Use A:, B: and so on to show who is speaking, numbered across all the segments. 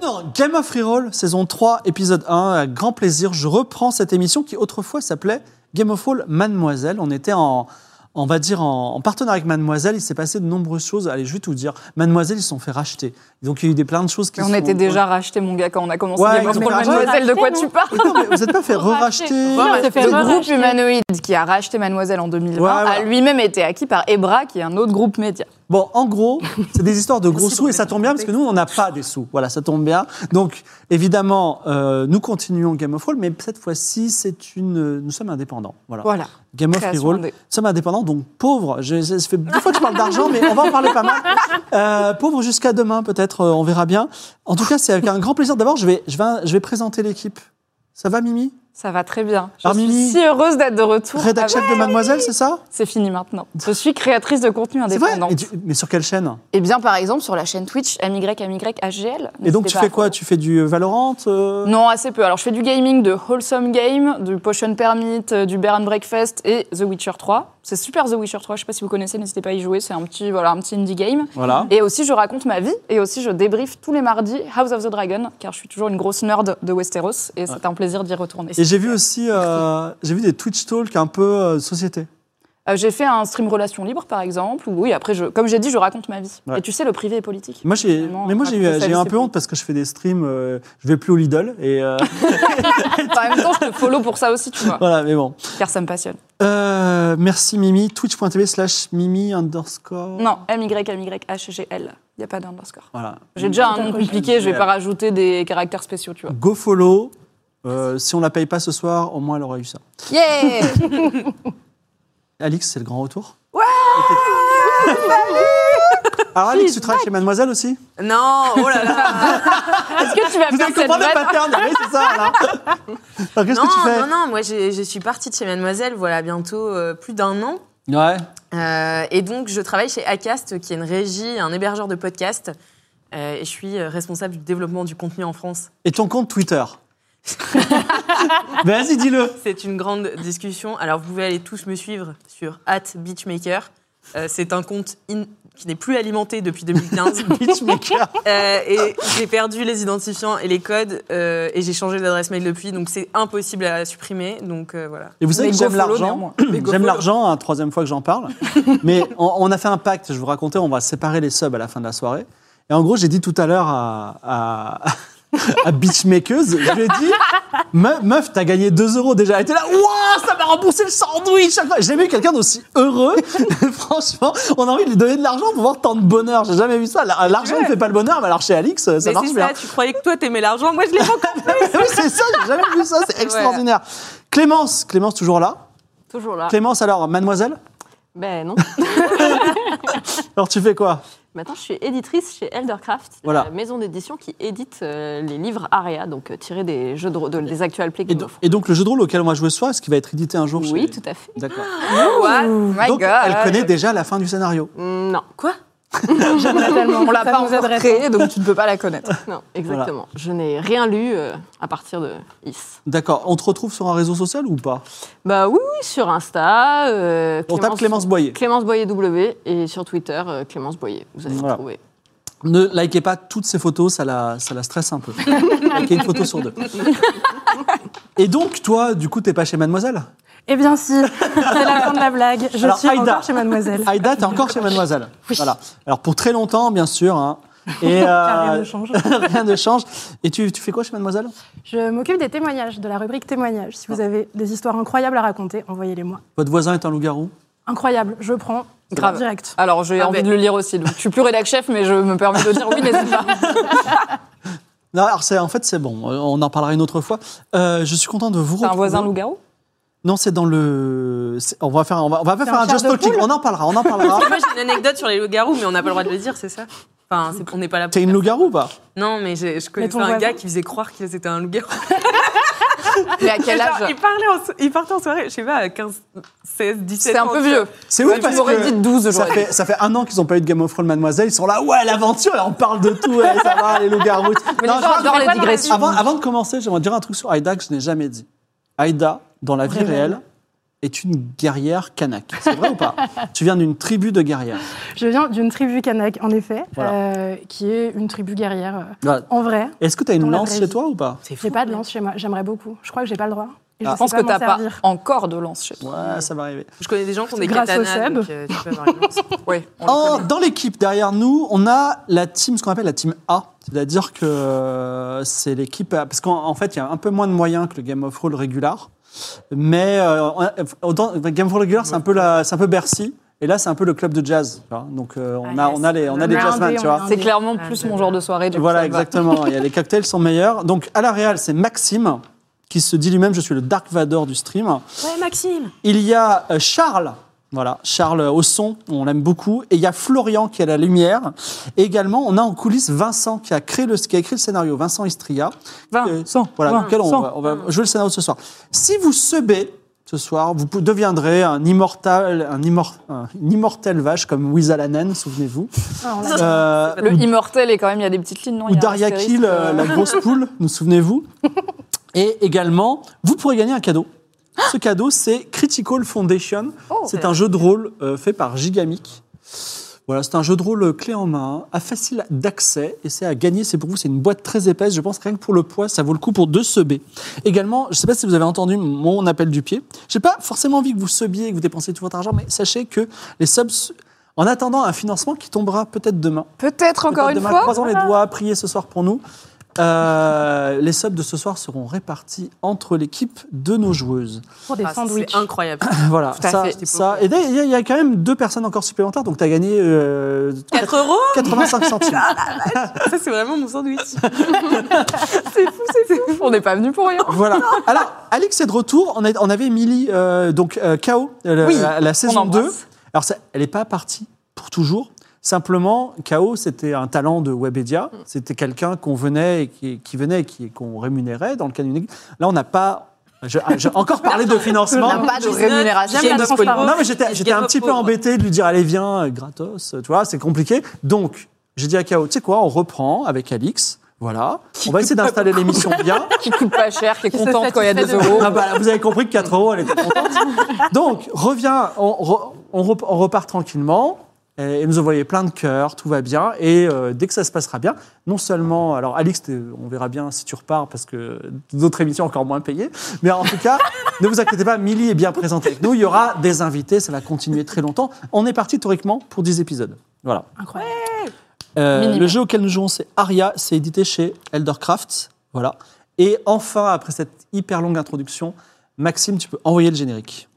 A: Dans Game of Reroll, saison 3, épisode 1, à grand plaisir, je reprends cette émission qui autrefois s'appelait Game of Roll Mademoiselle. On était en, on va dire, en, en partenariat avec Mademoiselle. Il s'est passé de nombreuses choses. Allez, je vais tout dire. Mademoiselle, ils se sont fait racheter. Donc, il y a eu des, plein de choses qui
B: On
A: se sont-
B: était déjà racheté, mon gars, quand on a commencé
A: Ouais,
B: Game of
A: ils ont
B: Thrones.
A: racheté.
B: Mademoiselle, de quoi tu parles
A: Mais non, mais vous n'êtes pas fait re-racheter
C: Ouais. s'est fait
B: Le groupe
C: racheter.
B: humanoïde qui a racheté Mademoiselle en 2020
A: Ouais, ouais.
B: a lui-même été acquis par Ebra, qui est un autre groupe média.
A: Bon, en gros, c'est des histoires de gros
B: Merci
A: sous
B: pour
A: et ça
B: le
A: tombe bien parce que nous, on n'a pas des sous. Voilà, ça tombe bien. Donc, évidemment, euh, nous continuons Game of Roll, mais cette fois-ci, c'est une, nous sommes indépendants. Voilà.
B: Voilà.
A: Game of
B: Création
A: Reroll. Nous
B: indé.
A: sommes indépendants, donc pauvres. Je, je- ça fait deux fois que je parle d'argent, mais on va en parler pas mal. Euh, pauvres jusqu'à demain, peut-être, euh, on verra bien. En tout cas, c'est avec un grand plaisir. D'abord, je vais, je, vais, je vais présenter l'équipe. Ça va, Mimi
B: Ça va très bien. Je
A: Alors,
B: suis
A: Mimi,
B: si heureuse d'être de retour.
A: Rédac
B: Ah ouais,
A: chef de Mademoiselle, c'est ça
B: C'est fini maintenant. Je suis créatrice de contenu
A: C'est vrai
B: indépendante.
A: Et tu- Mais sur quelle chaîne
B: Et bien, par exemple, sur la chaîne Twitch, MYMYHGL.
A: Et donc, tu
B: n'hésitez
A: fais
B: pas.
A: quoi Tu fais du Valorant euh,
B: Non, assez peu. Alors, je fais du gaming, de Wholesome Game, du Potion Permit, euh, du Bear and Breakfast et The Witcher 3. C'est super The Witcher 3, je sais pas si vous connaissez, n'hésitez pas à y jouer, c'est un petit, voilà, un petit indie game.
A: Voilà.
B: Et aussi, je raconte ma vie et aussi, je débriefe tous les mardis House of the Dragon, car je suis toujours une grosse nerd de Westeros et c'est un plaisir d'y retourner.
A: Et j'ai vu aussi euh, j'ai vu des Twitch Talk un peu euh, société.
B: Euh, J'ai fait un stream Relations Libres, par exemple, où oui, après, je, comme j'ai dit, je raconte ma vie.
A: Ouais.
B: Et tu sais, le privé est politique.
A: Moi, j'ai,
B: Vraiment,
A: mais moi, j'ai eu,
B: raconter
A: j'ai
B: sa
A: eu
B: vie,
A: un
B: c'est
A: peu honte parce que je fais des streams, euh, je vais plus au Lidl. Et euh,
B: Enfin, en même temps, je te follow pour ça aussi, tu vois,
A: voilà, mais bon.
B: car ça me passionne.
A: Euh, merci Mimi, twitch.tv slash Mimi underscore.
B: Non, MYMYHGL, il n'y a pas d'underscore.
A: Voilà.
B: J'ai déjà un nom compliqué, je vais pas rajouter des caractères spéciaux, tu vois.
A: Go follow. Euh, si on la paye pas ce soir, au moins elle aura eu ça.
B: Yeah
A: Alix, c'est le grand retour. Alors Alix, tu travailles chez Mademoiselle aussi
C: Non, oh là là.
B: Est-ce que tu vas
A: Vous
B: faire
A: allez
B: cette
A: comprendre le
B: vanne
A: pattern, oui, c'est ça. Voilà. Alors qu'est-ce
C: non,
A: que tu fais
C: non, non, moi j'ai- je suis partie de chez Mademoiselle, voilà, bientôt euh, plus d'un an.
A: Ouais.
C: Euh, et donc je travaille chez Acast, qui est une régie, un hébergeur de podcasts. Euh, et je suis euh, responsable du développement du contenu en France.
A: Et ton compte Twitter Ben, Vas-y, dis-le.
C: C'est une grande discussion. Alors, vous pouvez aller tous me suivre sur Beachmaker. Euh, c'est un compte in- qui n'est plus alimenté depuis 2015.
A: Beachmaker.
C: Euh, et j'ai perdu les identifiants et les codes. euh, et j'ai changé d'adresse mail depuis. Donc, c'est impossible à supprimer. Donc, euh, voilà.
A: Et vous savez
B: Mais
A: que
B: go
A: j'aime
B: follow
A: l'argent.
B: néanmoins.
A: J'aime l'argent, hein, troisième fois que j'en parle. Mais on, on a fait un pacte, je vous racontais, on va séparer les subs à la fin de la soirée. Et en gros, j'ai dit tout à l'heure à, à, à Beachmakeuse, je lui ai dit Me- Meuf, t'as gagné 2 euros déjà. Elle était là, Ouah, ça m'a remboursé le sandwich J'ai jamais vu quelqu'un d'aussi heureux. Franchement, on a envie de lui donner de l'argent pour voir tant de bonheur. J'ai jamais vu ça. L'argent ne fait pas le bonheur, mais alors chez Alix, ça
C: Mais
A: marche
C: c'est
A: bien.
C: ça, tu croyais que toi, t'aimais l'argent. Moi, je l'ai encore.
A: oui, c'est ça, j'ai jamais vu ça, c'est extraordinaire. Clémence, Clémence toujours là.
D: Toujours là.
A: Clémence, alors, mademoiselle,
D: Ben non.
A: alors tu fais quoi
D: Maintenant, je suis éditrice chez Eldercraft,
A: Voilà.
D: la maison d'édition qui édite euh, les livres Aria, donc euh, tirés des jeux de, rô- de- des actuels play
A: et,
D: Game
A: donc-
D: of
A: et donc, le jeu de rôle auquel on va jouer ce soir, est-ce qu'il va être édité un jour
D: Thrones.
A: chez-
D: Oui, tout à fait.
A: D'accord.
B: Oh my
A: Donc,
B: God.
A: elle connaît déjà la fin du scénario.
D: Mm, Non,
C: Quoi
B: On l'a pas encore créée, donc tu ne peux pas la connaître.
D: non, exactement. Je n'ai rien lu euh, à partir de Is.
A: D'accord. On te retrouve sur un réseau social ou pas
D: Bah oui, oui, sur Insta. euh,
A: On tape Clémence Boyer.
D: Clémence Boyer W et sur Twitter, euh, Clémence Boyer. Vous allez me
A: Voilà.
D: trouver.
A: Ne likez pas toutes ces photos, ça la, ça la stresse un peu. Likez une photo sur deux. Et donc, toi, du coup, t'es pas chez Mademoiselle
E: Eh bien si, c'est la fin de la blague. Je
A: Alors,
E: suis
A: Aïda.
B: Ah.
A: Ah,
E: encore chez Mademoiselle.
A: Aïda, t'es encore chez Mademoiselle. Voilà. Alors, pour très longtemps, bien sûr. hein. Et
E: Car rien
A: euh,
E: ne change.
A: rien ne change. Et tu, tu fais quoi chez Mademoiselle
E: Je m'occupe des témoignages, de la rubrique témoignages. Si vous
B: Ah.
E: avez des histoires incroyables à raconter, envoyez-les-moi.
A: Votre voisin est un loup-garou
E: Incroyable, je prends.
B: Grave.
E: Direct.
B: Alors, j'ai
C: Ah,
B: envie
C: mais-
B: de le lire aussi. Donc, je suis plus rédac chef, mais je me permets de dire oui, n'hésite pas.
A: Non, alors c'est- en fait, c'est bon. Euh, On en parlera une autre fois. Euh, je suis content de vous
B: T'as un
A: retrouver.
B: voisin loup-garou
A: Non, c'est dans le. c'est- On va faire, on va, on va faire
E: un
A: un
E: chair
A: just
E: de
A: talking.
E: poule
A: On en parlera, on en parlera.
C: Moi, j'ai une anecdote sur les loups-garous, mais on n'a pas le droit de le dire, c'est ça Enfin, c'est- on n'est pas là pour.
A: T'es une loup-garou ou pas
C: Non, mais j'ai- je
E: Mais
C: connaissais
E: ton
C: un
E: voisin-
C: gars qui faisait croire qu'il était un loup-garou.
B: Mais à quel
C: Genre,
B: âge
C: il, parlait en so- il partait en soirée, je sais pas, à 15, 16, 17
B: C'est un
C: ans,
B: peu
C: tu vois.
B: vieux.
A: C'est
B: Ouais,
A: ouf
B: tu
A: parce
B: m'aurais
A: que
B: dit 12
A: ça
B: aujourd'hui.
A: fait, ça fait un an qu'ils n'ont pas eu de Game of Thrones Mademoiselle. Ils sont là, ouais, l'aventure, on parle de tout, ouais, ça va, les loups-garous.
B: Mais
A: Non,
B: les gens
A: je-
B: adorent les
C: pas dans la
B: digressions.
A: avant, avant de commencer, j'aimerais dire un truc sur Aïda que je n'ai jamais dit. Aïda, dans la vie réelle, est une guerrière kanak. C'est vrai ou pas Tu viens d'une tribu de guerrières.
E: Je viens d'une tribu kanak, en effet,
A: Voilà.
E: euh, qui est une tribu guerrière. euh,
A: Voilà.
E: En vrai,
A: Est-ce que tu as une
E: Dans la
A: lance
E: vraie
A: chez
E: vie.
A: toi ou pas
E: j'ai pas de lance chez moi. J'aimerais beaucoup. Je crois que j'ai pas le droit. Et
A: Ah.
E: sais
B: Je pense
E: pas
B: que
E: m'en
B: t'as pas
E: servir.
B: encore de lance chez toi.
A: Ouais, ça va arriver.
C: Je connais des gens qui ont des
E: Grâce au
C: katanas,
E: Seb.
C: donc euh, tu peux avoir une lance.
B: Oui. on le
A: En- dans l'équipe, derrière nous, on a la team, ce qu'on appelle la team A. C'est-à-dire que euh, c'est l'équipe. A, Parce qu'en en fait, il y a un peu moins de moyens que le Game of Thrones régular. Mais euh, on a- autant- Game of Thrones régular, c'est un, peu la- c'est un peu Bercy. Et là, c'est un peu le club de jazz. tu vois. Donc, euh, on,
C: Ah,
A: a,
C: yes.
A: on a les, on a
E: On
A: les
E: a un
A: jazzmen,
E: dé,
A: tu
E: on a
A: vois.
E: un
B: C'est clairement plus mon genre de soirée. donc
A: Voilà,
B: ça va.
A: exactement. Il y a les cocktails sont meilleurs. Donc, à la réal, c'est Maxime qui se dit lui-même, je suis le Dark Vador du stream.
C: Ouais, Maxime
A: Il y a euh, Charles. Voilà, Charles euh, au son, on l'aime beaucoup. Et il y a Florian qui est à la lumière. Et également, on a en coulisses Vincent qui a créé le, qui a écrit le scénario, Vincent Istria. Vincent, voilà, lequel on, va, on va jouer le scénario ce soir. Si vous sebez ce soir, vous pou- deviendrez un immortal, un, immor- un- une immortelle vache comme Wizalanen, souvenez-vous.
E: Ah, on l'a-
A: Euh,
B: Le immortel est quand même, il y a des petites lignes, non il
A: ou
B: y a un
A: Daria
B: astérisque,
A: Kill,
B: euh,
A: euh, la grosse poule, nous souvenez-vous. Et également, vous pourrez gagner un cadeau. Ce cadeau, c'est Critical Foundation.
B: Oh.
A: c'est un jeu de rôle euh, fait par Gigamic. Voilà, c'est un jeu de rôle euh, clé en main, à facile d'accès, et c'est à gagner. C'est pour vous, c'est une boîte très épaisse. Je pense rien que pour le poids, ça vaut le coup pour deux sebés. Également, je ne sais pas si vous avez entendu mon appel du pied. J'ai pas forcément envie que vous sebiez et que vous dépensiez tout votre argent, mais sachez que les subs, en attendant un financement qui tombera peut-être demain,
B: Peut-être encore
A: Peut-être
B: une
A: demain,
B: fois.
A: Croisons les doigts, priez ce soir pour nous. Euh, les subs de ce soir seront répartis entre l'équipe de nos joueuses.
E: pour
B: Ah,
E: des sandwichs.
C: C'est incroyable.
A: Voilà,
B: à
A: ça,
B: fait.
A: ça. Et d'ailleurs, il y a- il y, a quand même deux personnes encore supplémentaires, donc tu as gagné euh,
C: 4 euros
A: 85 centimes.
C: Ça, c'est vraiment mon sandwich.
B: On n'est pas venu pour rien.
A: voilà. Alors, Alex est de retour. On, a- on avait Émilie, euh, donc euh, KO, euh,
B: Oui,
A: la, la saison
B: embrasse.
A: 2. Alors, ça- elle n'est pas partie pour toujours. Simplement, KO, c'était un talent de Webedia.
B: Mm.
A: C'était quelqu'un qu'on venait, et qui, qui venait, et qui qu'on rémunérait dans le canon unique. Là, on n'a pas. je- J'ai encore parlé de financement.
B: Pas de rémunération.
E: J'aime la transparence.
A: Non, mais j'étais j'étais un petit peu embêté de lui dire, allez, viens, euh, gratos, euh, tu vois, c'est compliqué. Donc, j'ai dit à K.O., tu sais quoi, on reprend avec Alix, voilà. On va essayer d'installer l'émission bien.
B: Qui coûte pas cher, qui est
E: se
B: contente quand il y a
E: satisfait
B: 2
E: de-
B: euros.
A: Ah bah, vous avez compris que 4 euros, elle était contente. Donc, reviens, on, re- on rep- on repart tranquillement. Et et nous envoyer plein de cœurs, tout va bien. Et euh, dès que ça se passera bien, non seulement. Alors, Alix, t'es- on verra bien si tu repars parce que d'autres émissions encore moins payées. Mais en tout cas, ne vous inquiétez pas, Milly est bien présentée avec nous. Il y aura des invités, ça va continuer très longtemps. On est parti théoriquement pour 10 épisodes. Voilà.
E: Incroyable.
A: Euh,
B: Minimum.
A: le jeu auquel nous jouons, c'est Aria. C'est édité chez Eldercraft. Voilà. Et enfin, après cette hyper longue introduction, Maxime, tu peux envoyer le générique.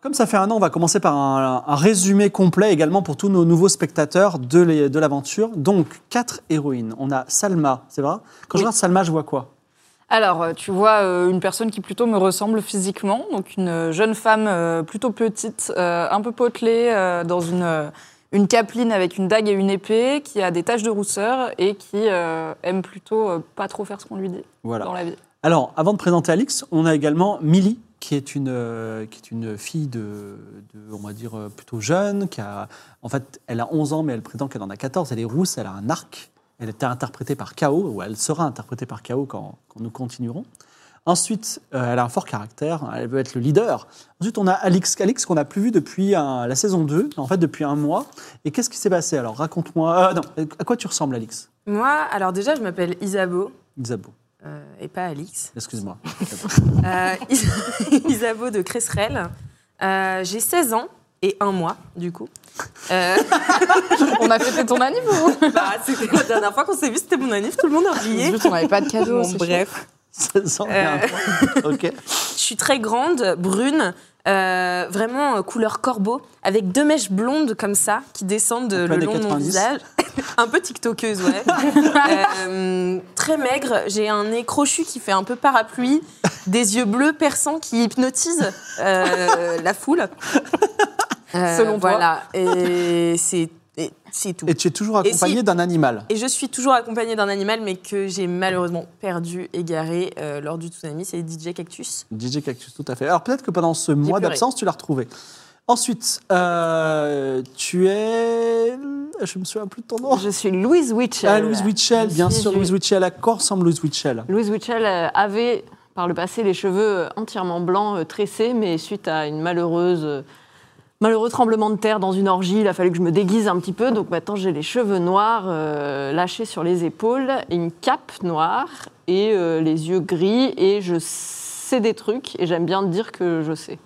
A: comme ça fait un an, on va commencer par un, un résumé complet également pour tous nos nouveaux spectateurs de les- de l'aventure. Donc, quatre héroïnes. On a Salma, c'est vrai Quand je regarde Salma, je vois quoi
B: Alors, euh, tu vois euh, une personne qui plutôt me ressemble physiquement, donc une euh, jeune femme euh, plutôt petite, euh, un peu potelée, euh, dans une, euh, une capeline avec une dague et une épée, qui a des taches de rousseur et qui euh, aime plutôt euh, pas trop faire ce qu'on lui dit
A: Voilà.
B: dans la vie.
A: Alors, avant de présenter Alix, on a également Millie, qui est une, euh, qui est une fille de, de, on va dire, euh, plutôt jeune, qui a, en fait, elle a 11 ans, mais elle prétend qu'elle en a 14. Elle est rousse, elle a un arc. Elle était interprétée par K.O., ou elle sera interprétée par K.O. quand, quand nous continuerons. Ensuite, euh, elle a un fort caractère, elle veut être le leader. Ensuite, on a Alix, Alix qu'on n'a plus vu depuis un- la saison 2, en fait depuis un mois. Et qu'est-ce qui s'est passé Alors, raconte-moi. euh, non, à quoi tu ressembles, Alix
C: Moi, alors déjà, je m'appelle Isabeau
A: Isabeau,
C: euh, et pas Alix.
A: excuse-moi.
C: Euh, Is- Isabeau de Cresserelle. Euh, J'ai 16 ans et un mois, du coup. Euh,
B: On a fêté ton anniv ou
C: bah, c'était la dernière fois qu'on s'est vu, c'était mon anniv, tout le monde a oublié.
B: Zut, On n'avait pas de cadeau.
C: Bon,
B: c'est
C: bref,
A: 16 ans,
C: Euh.
A: ok.
C: je suis très grande, brune, euh, vraiment euh, couleur corbeau, avec deux mèches blondes comme ça qui descendent euh,
A: peu
C: le
A: des
C: long de mon
A: 90.
C: visage. un peu tiktokeuse, ouais. Euh, très maigre, j'ai un nez crochu qui fait un peu parapluie, des yeux bleus perçants qui hypnotisent euh, la foule. Euh,
B: Selon toi.
C: voilà. et c'est et c'est tout.
A: Et tu es toujours
C: Et
A: accompagné
C: si-
A: d'un animal.
C: Et je suis toujours accompagnée d'un animal, mais que j'ai malheureusement perdu, égaré euh, lors du tsunami, c'est DJ Cactus.
A: DJ Cactus, tout à fait. Alors peut-être que pendant ce mois
C: pleuré.
A: d'absence, tu l'as retrouvé. Ensuite, euh, tu es. Je me souviens plus de ton nom.
D: Je suis Louise Witchell.
A: Ah, Louise Witchell, bien
D: Je suis
A: sûr,
D: du-
A: Louise Witchell. À quoi ressemble Louise Witchell
D: Louise Witchell euh, avait par le passé les cheveux euh, entièrement blancs, euh, tressés, mais suite à une malheureuse. euh, Malheureux tremblement de terre dans une orgie, il a fallu que je me déguise un petit peu, donc maintenant j'ai les cheveux noirs euh, lâchés sur les épaules, une cape noire et euh, les yeux gris, et je sais des trucs, et j'aime bien dire que je sais.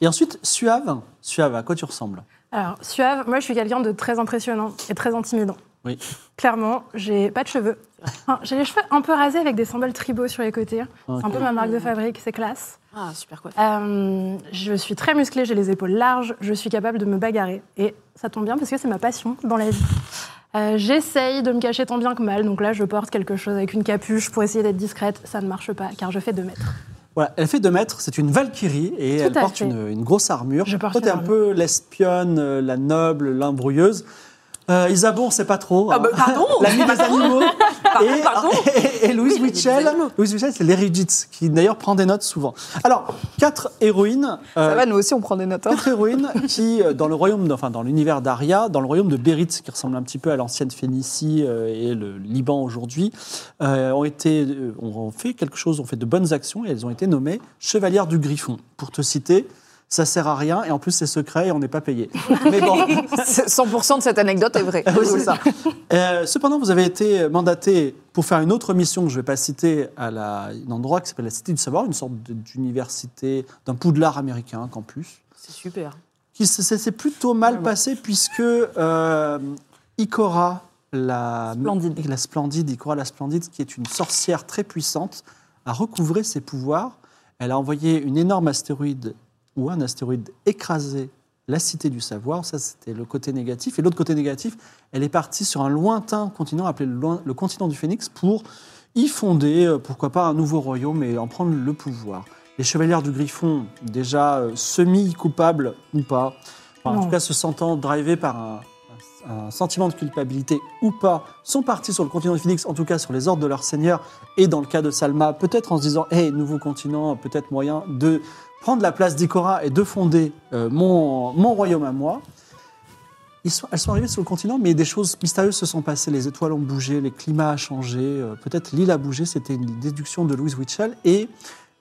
A: Et ensuite, Suave. Suave, à quoi tu ressembles
E: Alors, Suave, moi je suis quelqu'un de très impressionnant et très intimidant.
A: Oui.
E: Clairement, j'ai pas de cheveux. Enfin, j'ai les cheveux un peu rasés avec des symboles tribaux sur les côtés. C'est un peu ma marque de fabrique, c'est classe.
C: Ah, super quoi.
E: Euh, je suis très musclée, j'ai les épaules larges, je suis capable de me bagarrer. Et ça tombe bien parce que c'est ma passion dans la vie. Euh, J'essaye de me cacher tant bien que mal, donc là je porte quelque chose avec une capuche pour essayer d'être discrète. Ça ne marche pas car je fais 2 mètres.
A: Voilà, elle fait 2 mètres, c'est une valkyrie et
E: Tout
A: elle
E: à
A: porte
E: fait.
A: une, une grosse armure.
E: Je porte
A: Toi, t'es
E: une
A: un peu l'espionne, euh, la noble, l'embrouilleuse. Euh, Isabeau, on sait pas trop. hein.
C: pardon
A: L'ami des animaux. et,
C: pardon.
A: et- et Louise
C: Oui, l'ami des
A: Witchell,
C: animaux.
A: Louise Witchell, c'est l'érudite qui d'ailleurs prend des notes souvent. Alors, quatre héroïnes, euh,
B: Ça va, nous aussi on prend des notes. hein.
A: quatre héroïnes qui, euh, dans le royaume, d'- enfin dans l'univers d'Aria, dans le royaume de Bérite, qui ressemble un petit peu à l'ancienne Phénicie euh, et le Liban aujourd'hui, euh, ont été, euh, ont fait quelque chose, ont fait de bonnes actions et elles ont été nommées chevalières du Griffon. Pour te citer. Ça sert à rien et en plus c'est secret et on n'est pas payé. Mais bon,
B: C'est- 100% de cette anecdote est vraie.
A: c'est ça. Euh, cependant, vous avez été mandaté pour faire une autre mission que je ne vais pas citer à la, un endroit qui s'appelle la Cité du Savoir, une sorte de- d'université, d'un poudlard américain, un campus,
C: C'est super.
A: qui s- s'est s'est plutôt mal passé puisque euh, Ikora, la
B: Splendide.
A: la splendide, Ikora la splendide, qui est une sorcière très puissante, a recouvré ses pouvoirs. Elle a envoyé une énorme astéroïde ou un astéroïde écraser la cité du savoir. Ça, c'était le côté négatif. Et l'autre côté négatif, elle est partie sur un lointain continent appelé le, loin- le continent du Phénix pour y fonder, euh, pourquoi pas, un nouveau royaume et en prendre le pouvoir. Les chevaliers du Griffon, déjà euh, semi-coupables ou pas, enfin, en
E: Non.
A: tout cas se sentant drivés par un, un sentiment de culpabilité ou pas, sont partis sur le continent de Phoenix, en tout cas sur les ordres de leur seigneur, et dans le cas de Salma, peut-être en se disant, hé, nouveau continent, peut-être moyen de prendre la place d'Ikora et de fonder euh, mon, mon royaume à moi. Ils sont- elles sont arrivées sur le continent, mais des choses mystérieuses se sont passées. Les étoiles ont bougé, les climats ont changé, euh, peut-être l'île a bougé, c'était une déduction de Louise Witchell, et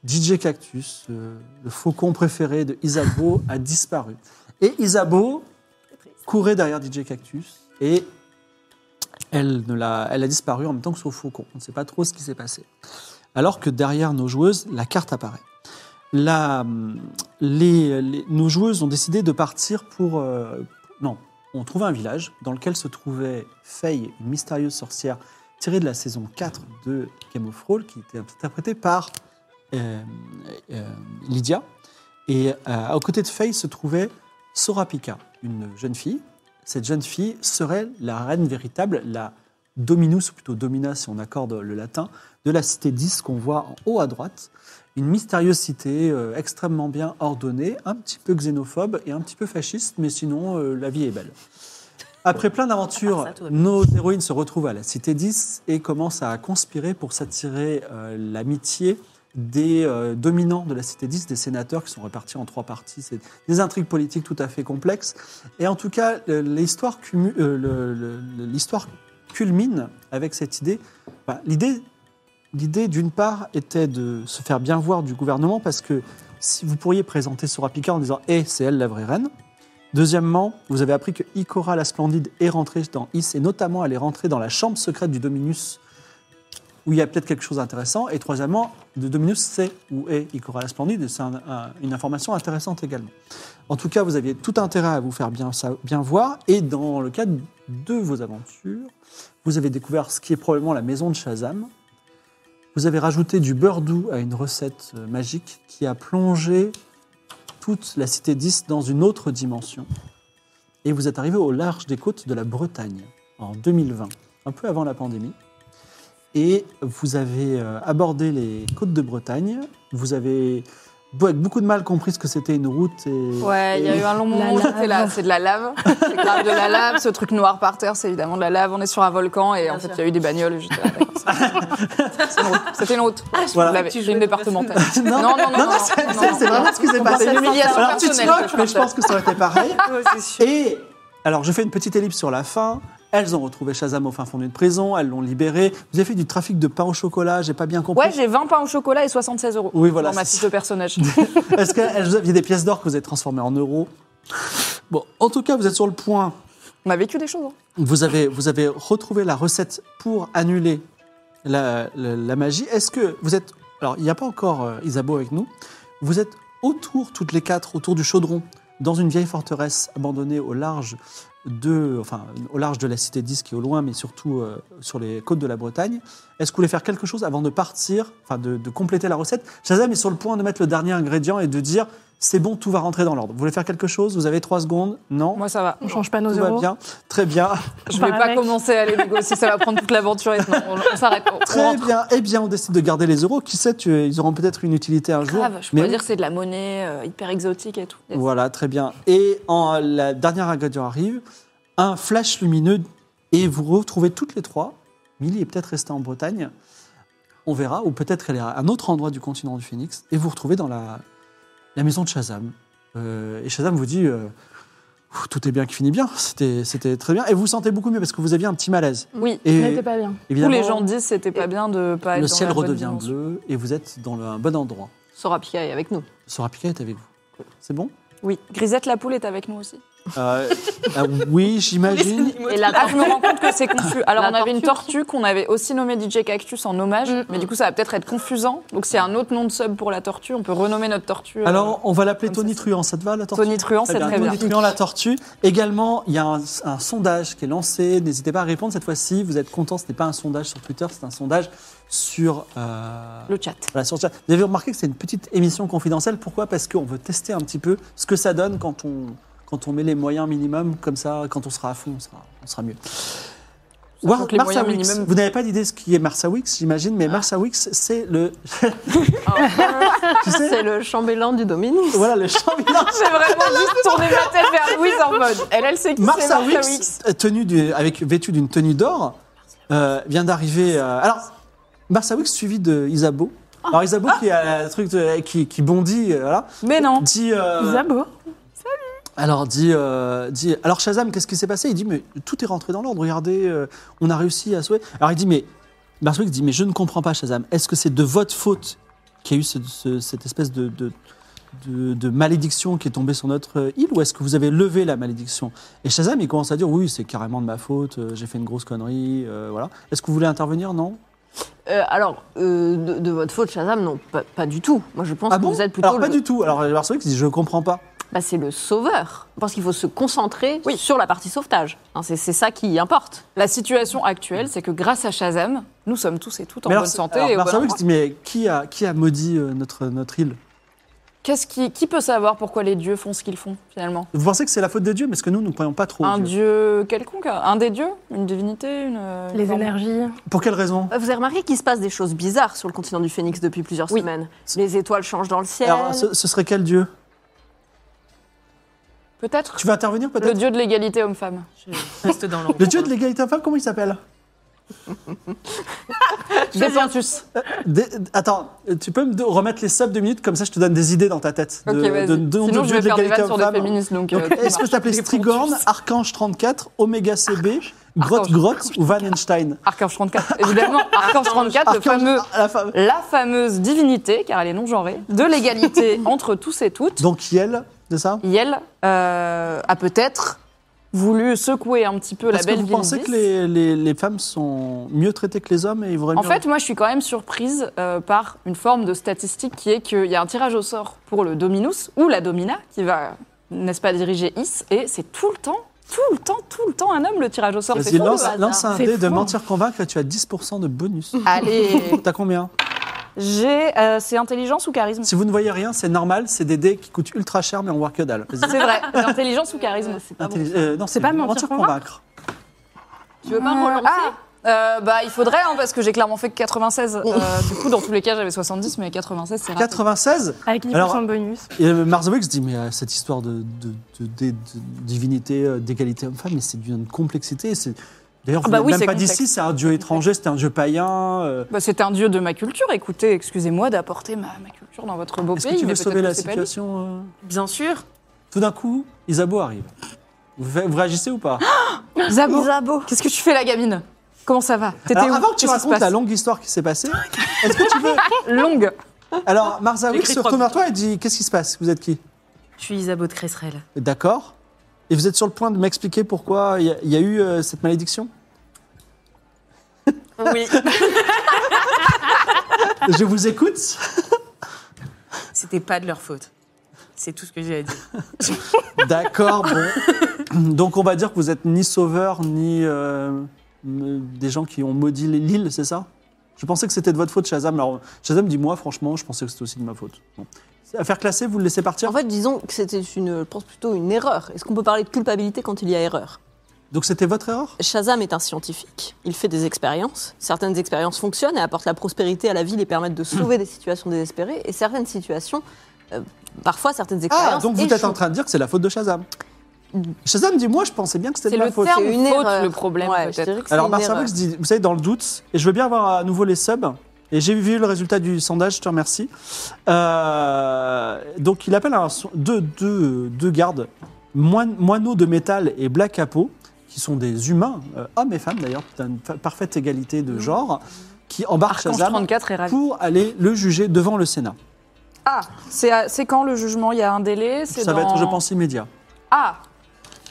A: DJ Cactus, euh, le faucon préféré de Isabeau, a disparu. Et Isabeau, courait derrière DJ Cactus et elle, ne l'a- elle a disparu en même temps que son faucon. On ne sait pas trop ce qui s'est passé. Alors que derrière nos joueuses, la carte apparaît. La, les, les- nos joueuses ont décidé de partir pour... euh, non, on trouvait un village dans lequel se trouvait Faye, une mystérieuse sorcière tirée de la saison 4 de Game of Thrones, qui était interprétée par euh, euh, Lydia. Et euh, à côté de Faye se trouvait Sorapika, une jeune fille. Cette jeune fille serait la reine véritable, la dominus, ou plutôt domina si on accorde le latin, de la cité 10 qu'on voit en haut à droite. Une mystérieuse cité euh, extrêmement bien ordonnée, un petit peu xénophobe et un petit peu fasciste, mais sinon euh, la vie est belle. Après plein
C: À
A: d'aventures,
C: part Ah, ça, tout va bien.
A: nos héroïnes se retrouvent à la cité 10 et commencent à conspirer pour s'attirer euh, l'amitié des euh, dominants de la cité 10, des sénateurs qui sont répartis en trois parties. C'est des intrigues politiques tout à fait complexes. Et en tout cas, euh, l'histoire cumu- euh, le- le- le- l'histoire culmine avec cette idée. Enfin, L'idée, l'idée, d'une part, était de se faire bien voir du gouvernement parce que si vous pourriez présenter Sorapika en disant Hé, c'est elle la vraie reine. Deuxièmement, vous avez appris que Ikora la Splendide est rentrée dans Is et notamment elle est rentrée dans la chambre secrète du Dominus où il y a peut-être quelque chose d'intéressant. Et troisièmement, le Dominus sait où est Ikora la Splendide et c'est un- un- une information intéressante également. En tout cas, vous aviez tout intérêt à vous faire bien, sa- bien voir et dans le cadre de vos aventures, vous avez découvert ce qui est probablement la maison de Shazam. Vous avez rajouté du beurre doux à une recette euh, magique qui a plongé toute la cité 10 dans une autre dimension. Et vous êtes arrivé au large des côtes de la Bretagne en 2020, un peu avant la pandémie. Et vous avez euh, abordé les côtes de Bretagne. Vous avez, beau- avec beaucoup de mal, compris ce que c'était une route. Et,
B: Ouais, il y a
A: et-
B: eu un long moment
E: La
B: où j'étais
E: lave.
B: là, c'est de la lave, c'est grave de la lave, ce truc noir par terre, c'est évidemment de la lave, on est sur un volcan et en fait il y a eu des bagnoles, et j'étais là, d'accord, c'est- c'est une route. c'était une route, je
A: Voilà.
B: vous l'avais, c'est une départementale.
A: Non,
B: non, non, non,
A: c'est
B: non,
A: c'est-
B: non,
A: c'est vraiment ce qui s'est passé.
B: une humiliation
A: Alors tu te
B: personnelle,
A: moques,
B: ça,
A: mais je
B: ça.
A: pense que ça aurait été pareil. Et alors je fais une petite ellipse sur la fin. Elles ont retrouvé Shazam au fin fond d'une prison, elles l'ont libéré. Vous avez fait du trafic de pain au chocolat, j'ai pas bien compris.
B: Ouais, j'ai 20 pains au chocolat et 76 euros
A: Oui, voilà,
B: dans ma
A: c'est
B: fiche de personnage.
A: Est-ce qu'elles vous aviez des pièces d'or que vous avez transformées en euros Bon, en tout cas, vous êtes sur le point.
B: On a vécu des choses. hein.
A: Vous avez, vous avez retrouvé la recette pour annuler la, la- la magie. Est-ce que vous êtes... Alors, il n'y a pas encore euh, Isabeau avec nous. Vous êtes autour, toutes les quatre, autour du chaudron, dans une vieille forteresse abandonnée au large de, enfin, au large de la cité 10 qui est au loin, mais surtout euh, sur les côtes de la Bretagne. Est-ce que vous voulez faire quelque chose avant de partir, enfin de, de compléter la recette Shazam est sur le point de mettre le dernier ingrédient et de dire c'est bon, tout va rentrer dans l'ordre. Vous voulez faire quelque chose Vous avez trois secondes Non
B: Moi ça va.
E: On change pas nos
A: Tout va
E: euros.
A: bien. Très bien.
B: Je
E: Par
B: vais
E: un
B: pas
E: mec.
B: commencer à aller négocier, ça va prendre toute l'aventure. et non, On, on s'arrête. on- on
A: Très
B: rentre.
A: bien. Eh bien, on décide de garder les euros. Qui sait, tu- ils auront peut-être une utilité un jour.
B: Grave, je
A: Mais
B: pourrais dire que c'est de la monnaie euh, hyper exotique et tout.
A: Voilà, très bien. Et en, la dernière ingrédient arrive, un flash lumineux, et vous retrouvez toutes les trois. Millie est peut-être restée en Bretagne, on verra, ou peut-être elle est à un autre endroit du continent du Phoenix, et vous vous retrouvez dans la, la maison de Shazam. Euh, et Shazam vous dit, euh, Ouh, tout est bien qui finit bien, c'était c'était très bien, et vous vous sentez beaucoup mieux parce que vous aviez un petit malaise.
B: Oui.
E: On
A: Et
E: n'était pas bien.
B: Tous
A: évidemment,
B: les gens disent c'était pas bien de pas être
A: le
B: dans
A: ciel
B: la bonne
A: redevient
B: dimension.
A: bleu, et vous êtes dans le- un bon endroit.
D: Sorapika est avec nous.
A: Sorapika est avec vous. C'est bon
B: Oui. Grisette la poule est avec nous aussi.
A: Euh, ah Oui, j'imagine.
D: Et la
B: Ah, je me rends compte que c'est confus. Alors,
D: La
B: on avait une
D: tortue.
B: tortue qu'on avait aussi nommée DJ Cactus en hommage,
D: Mm,
B: mais du coup, ça va peut-être être confusant. Donc, s'il y a un autre nom de sub pour la tortue, on peut renommer notre tortue. euh,
A: Alors, on va l'appeler
B: Comme ça,
A: Tony
B: c'est-
A: Truant, ça te va la tortue
B: Tony Truant, Ah, c'est
A: Eh bien,
B: très bien.
A: Tony Truant, la tortue. Également, il y a un, un sondage qui est lancé. N'hésitez pas à répondre cette fois-ci. Vous êtes content, ce n'est pas un sondage sur Twitter, c'est un sondage sur. euh,
B: Le chat.
A: voilà, sur le chat. Vous avez remarqué que c'est une petite émission confidentielle. Pourquoi Parce qu'on veut tester un petit peu ce que ça donne quand on, quand on met les moyens minimums comme ça. Quand on sera à fond, on sera, on sera mieux. War-
B: que les
A: Martha
B: moyens
A: Wicks.
B: minimums- Ah.
A: Vous n'avez pas d'idée de ce qui est Marsa Wicks, j'imagine, mais Marsa Wicks, c'est le. tu sais,
D: C'est le chambellan du Dominus.
A: voilà le champion.
B: J'ai
D: Ah,
B: vraiment juste tourné ma tête vers Louise en mode. Elle, elle sait qui c'est
A: Martha
B: Martha
A: Wicks,
B: Wicks.
A: euh, tenue du- avec, vêtue d'une tenue d'or, euh, vient d'arriver. euh, alors, Martha Wicks suivie de Isabeau. Alors Isabeau qui a le truc de- qui, qui bondit, euh, voilà,
B: Mais non.
A: dit. euh,
E: Isabeau.
A: alors dit, euh, dit. Alors Shazam, qu'est-ce qui s'est passé Il dit mais tout est rentré dans l'ordre. Regardez, euh, on a réussi à souhait. Alors il dit mais Martha Wicks dit mais je ne comprends pas Shazam. Est-ce que c'est de votre faute qu'il y a eu ce- ce- cette espèce de, de- de- de malédiction qui est tombée sur notre euh, île ou est-ce que vous avez levé la malédiction Et Shazam, il commence à dire oui, c'est carrément de ma faute, euh, j'ai fait une grosse connerie, euh, voilà. Est-ce que vous voulez intervenir Non
D: Euh, alors, euh, de, de votre faute, Shazam, non, pas, pas du tout. Moi, je pense
A: Ah
D: que
A: bon
D: vous êtes plutôt.
A: Alors pas
D: le-
A: du tout. Alors Martha Wicks dit je ne comprends pas.
D: Bah, c'est le sauveur. Je pense qu'il faut se concentrer sur la partie sauvetage. Hein, c'est c'est ça qui importe.
B: La situation actuelle, c'est que grâce à Shazam, nous sommes tous et toutes en
A: Mais alors,
B: bonne santé
A: alors,
B: et au bon
A: Martha Wicks
B: endroit.
A: dit mais qui a, qui a maudit euh, notre, notre île
B: Qu'est-ce qui, qui peut savoir pourquoi les dieux font ce qu'ils font, finalement
A: Vous pensez que c'est la faute des dieux, mais ce que nous, nous ne croyons pas trop. aux
B: Un
A: dieux.
B: dieu quelconque Un des dieux Une divinité une, une
E: Les
B: forme
E: énergies.
A: Pour quelle raison
D: Vous avez remarqué qu'il se passe des choses bizarres sur le continent du Phénix depuis plusieurs
B: Oui.
D: semaines. Les étoiles changent dans le
B: Euh,
D: ciel.
A: Alors, ce, ce serait quel dieu
B: Peut-être
A: Tu veux intervenir
B: le
A: peut-être
B: dieu de l'égalité homme-femme.
C: Je reste dans l'ombre.
A: Le dieu de l'égalité homme-femme, comment il s'appelle
B: Des pentus.
A: Euh, Des- Attends, tu peux me de- remettre les subs deux minutes, comme ça je te donne des idées dans ta tête.
B: Ok, vas-y.
A: nom
B: Sinon,
A: de dieu
B: je vais
A: de
B: faire des
A: l'égalité
B: vannes sur des
A: homme-femme.
B: féministes. Donc,
A: Donc,
B: euh, ça
A: Est-ce que
B: marche.
A: ça s'appelait
B: Des
A: Strigorn,
B: pontus.
A: Archange 34, Oméga CB, Grotte
B: Archange.
A: Grotte ou Vanenstein
B: Archange 34, évidemment. Archange 34, le
A: Archange-
B: fameux,
A: ah, la femme.
B: la fameuse divinité, car elle est non-genrée, de l'égalité entre tous et toutes.
A: Donc Yel, c'est ça
B: Yel euh, a peut-être voulu secouer un petit peu
A: Parce
B: la belle
A: que vous
B: ville
A: pensez
B: d'Is.
A: que les, les- les femmes sont mieux traitées que les hommes et ils voudraient
B: En
A: mieux-
B: fait, moi, je suis quand même surprise euh, par une forme de statistique qui est qu'il y a un tirage au sort pour le Dominus ou la Domina qui va, n'est-ce pas, diriger Is, et c'est tout le temps, tout le temps, tout le temps un homme le tirage au sort. C'est
A: Vas-y,
B: fou, hein.
A: lance,
B: le hasard.
A: lance un
E: C'est
A: dé de
E: fou.
A: mentir convaincre et tu as 10% de bonus.
B: Allez,
A: T'as combien
B: j'ai, euh, c'est intelligence ou charisme
A: Si vous ne voyez rien, c'est normal, c'est des dés qui coûtent ultra cher mais on voit que dalle. Vas-y.
B: C'est vrai, c'est intelligence ou charisme.
D: Euh, c'est pas bon.
A: Intelli- euh, non, c'est
E: pas mentir
A: convaincre.
D: Tu veux pas me relancer
B: Ah euh, bah, il faudrait, hein, parce que j'ai clairement fait que 96. Euh, du coup, dans tous les cas, j'avais 70, mais 96, c'est raté.
A: 96
E: Avec 10%
A: Alors-
E: de bonus.
A: Et euh, Marzouek se dit, mais euh, cette histoire de, de- de- de- de- divinité, euh, d'égalité homme-femme, mais c'est d'une complexité. et c'est- D'ailleurs, vous
B: Ah bah
A: n'êtes
B: oui,
A: même
B: c'est
A: pas
B: complexe.
A: d'ici, c'est un dieu étranger, c'était un dieu païen. euh,
B: Bah, c'est un dieu de ma culture. Écoutez, excusez-moi d'apporter ma, ma culture dans votre beau
A: Est-ce
B: pays.
A: que tu
B: mais
A: veux
B: peut-être
A: sauver la
B: c'est pas lui.
A: situation euh
C: Bien sûr.
A: Tout d'un coup, Isabeau arrive. Vous, fa- vous réagissez ou pas
B: Ah, Zabo, qu'est-ce que tu fais, la gamine Comment ça va T'étais
A: Alors,
B: où
A: Avant que tu
B: Qu'est-ce qui se
A: racontes la
B: passe
A: longue histoire qui s'est passée, est-ce que tu veux...
B: longue. Ah,
A: Alors, Marzawik
C: J'écris
A: se retourne vers toi et dit, qu'est-ce qui se passe Vous êtes qui
C: Je suis Isabeau de Cresserelle.
A: D'accord. Et vous êtes sur le point de m'expliquer pourquoi il y a- il y, a eu euh, cette malédiction
C: Oui.
B: Ah.
A: Je vous écoute.
C: C'était pas de leur faute. C'est tout ce que j'ai à dire.
A: D'accord, bon. Donc on va dire que vous êtes ni sauveur, ni euh, euh, des gens qui ont maudit l'île, c'est ça Je pensais que c'était de votre faute, Shazam. Alors, Shazam dit, moi, franchement, je pensais que c'était aussi de ma faute. Bon. À faire classer, vous le laissez partir
D: En fait, disons que c'était une, je pense plutôt une erreur. Est-ce qu'on peut parler de culpabilité quand il y a erreur
A: Donc c'était votre erreur
D: Shazam est un scientifique. Il fait des expériences. Certaines expériences fonctionnent et apportent la prospérité à la ville et permettent de sauver des situations désespérées. Et certaines situations, euh, parfois certaines expériences.
A: Ah, donc vous êtes
D: échouent.
A: en train de dire que c'est la faute de Shazam. Shazam dit, moi, je pensais bien que c'était
B: Mm. C'est
A: de ma
B: le
A: faute.
B: terme
D: C'est une
B: faute,
D: erreur.
B: le problème,
D: Ouais,
B: peut-être.
D: je dirais que c'est
A: Alors
D: une
A: Marcel
D: erreur.
A: Brooks dit, vous savez, dans le doute, et je veux bien avoir à nouveau les subs, et j'ai vu le résultat du sondage, je te remercie. Euh, donc il appelle un so- deux, deux- deux gardes, moine- moineaux de métal et black capot, qui sont des humains, euh, hommes et femmes d'ailleurs, d'une fa- parfaite égalité de genre, qui embarquent
B: Archange
A: Shazam
B: 34 est ravi.
A: pour aller le juger devant le Sénat.
B: Ah, c'est à- c'est quand le jugement Il y a un délai c'est
A: Ça va
B: dans-
A: être, je pense, immédiat.
B: Ah,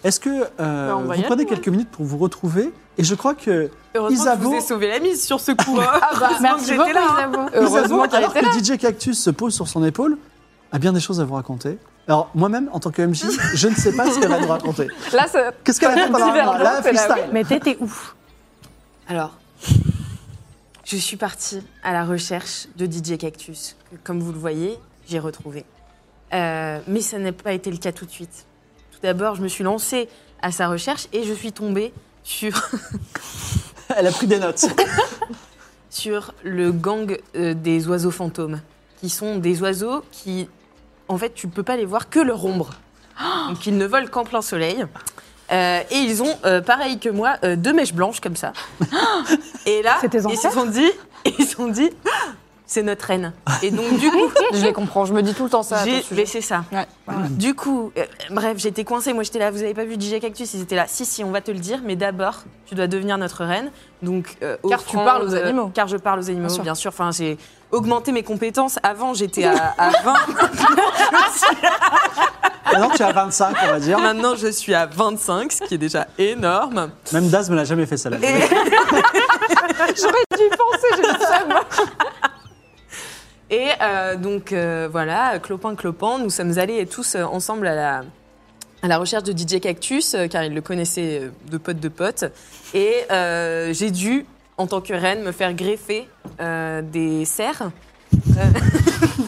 A: Est-ce que euh,
D: on va y
A: vous prenez
D: aller,
A: quelques minutes pour vous retrouver Et je crois que
C: Heureusement que je
A: Isabeau-
C: vous ai sauvé la mise sur ce coup.
A: Ah,
C: hein.
A: bah,
C: Heureusement que
E: Merci beaucoup,
C: j'étais là. hein.
E: Isabeau.
B: heureusement
A: Isabeau,
B: qu'elle
A: alors
B: était
A: que
B: là.
A: DJ Cactus se pose sur son épaule, a bien des choses à vous raconter. Alors moi-même, en tant que MJ, je ne sais pas ce qu'elle va nous raconter.
B: Là, ça-
A: Qu'est-ce qu'elle a fait pendant
B: Petit verre
A: un
B: d'eau,
A: mois Là,
B: c'est là,
A: freestyle.
E: Mais t'étais où
C: Alors, je suis partie à la recherche de DJ Cactus, que, comme vous le voyez, j'ai retrouvé. Euh, mais ça n'a pas été le cas tout de suite. Tout d'abord, je me suis lancée à sa recherche et je suis tombée sur,
A: Elle a pris des notes.
C: sur le gang euh, des oiseaux fantômes, qui sont des oiseaux qui, en fait, tu ne peux pas les voir que leur ombre.
E: Oh
C: Donc, ils ne volent qu'en plein soleil. Euh, et ils ont, euh, pareil que moi, euh, deux mèches blanches comme ça. Et là,
E: C'est tes
C: ils se
E: ancêtres
C: sont dit, ils se sont dit, Ah, c'est notre reine. Et donc du coup,
B: je les comprends. Je me dis tout le temps ça. à ton
C: j'ai
B: sujet.
C: laissé ça.
B: Ouais.
C: Du coup, euh, bref, j'étais coincée. Moi, j'étais là. Vous avez pas vu DJ Cactus Ils étaient là. Si, si, on va te le dire. Mais d'abord, tu dois devenir notre reine. Donc, euh,
B: Car tu parles aux
C: euh,
B: animaux.
C: car je parle aux animaux,
B: Bien
C: bien
B: sûr.
C: sûr. Enfin, j'ai augmenté mes compétences. Avant, j'étais à, à 20.
A: Maintenant, tu as 25, on va dire.
C: Maintenant, je suis à 25, ce qui est déjà énorme.
A: Même Daz ne l'a jamais fait, celle-là.
B: J'aurais dû y penser, j'ai le seum.
C: Et euh, donc euh, voilà, clopin clopin, nous sommes allés tous euh, ensemble à la, à la recherche de DJ Cactus, euh, car il le connaissait euh, de pote de pote. Et euh, j'ai dû, en tant que reine, me faire greffer euh, des cerfs. Euh,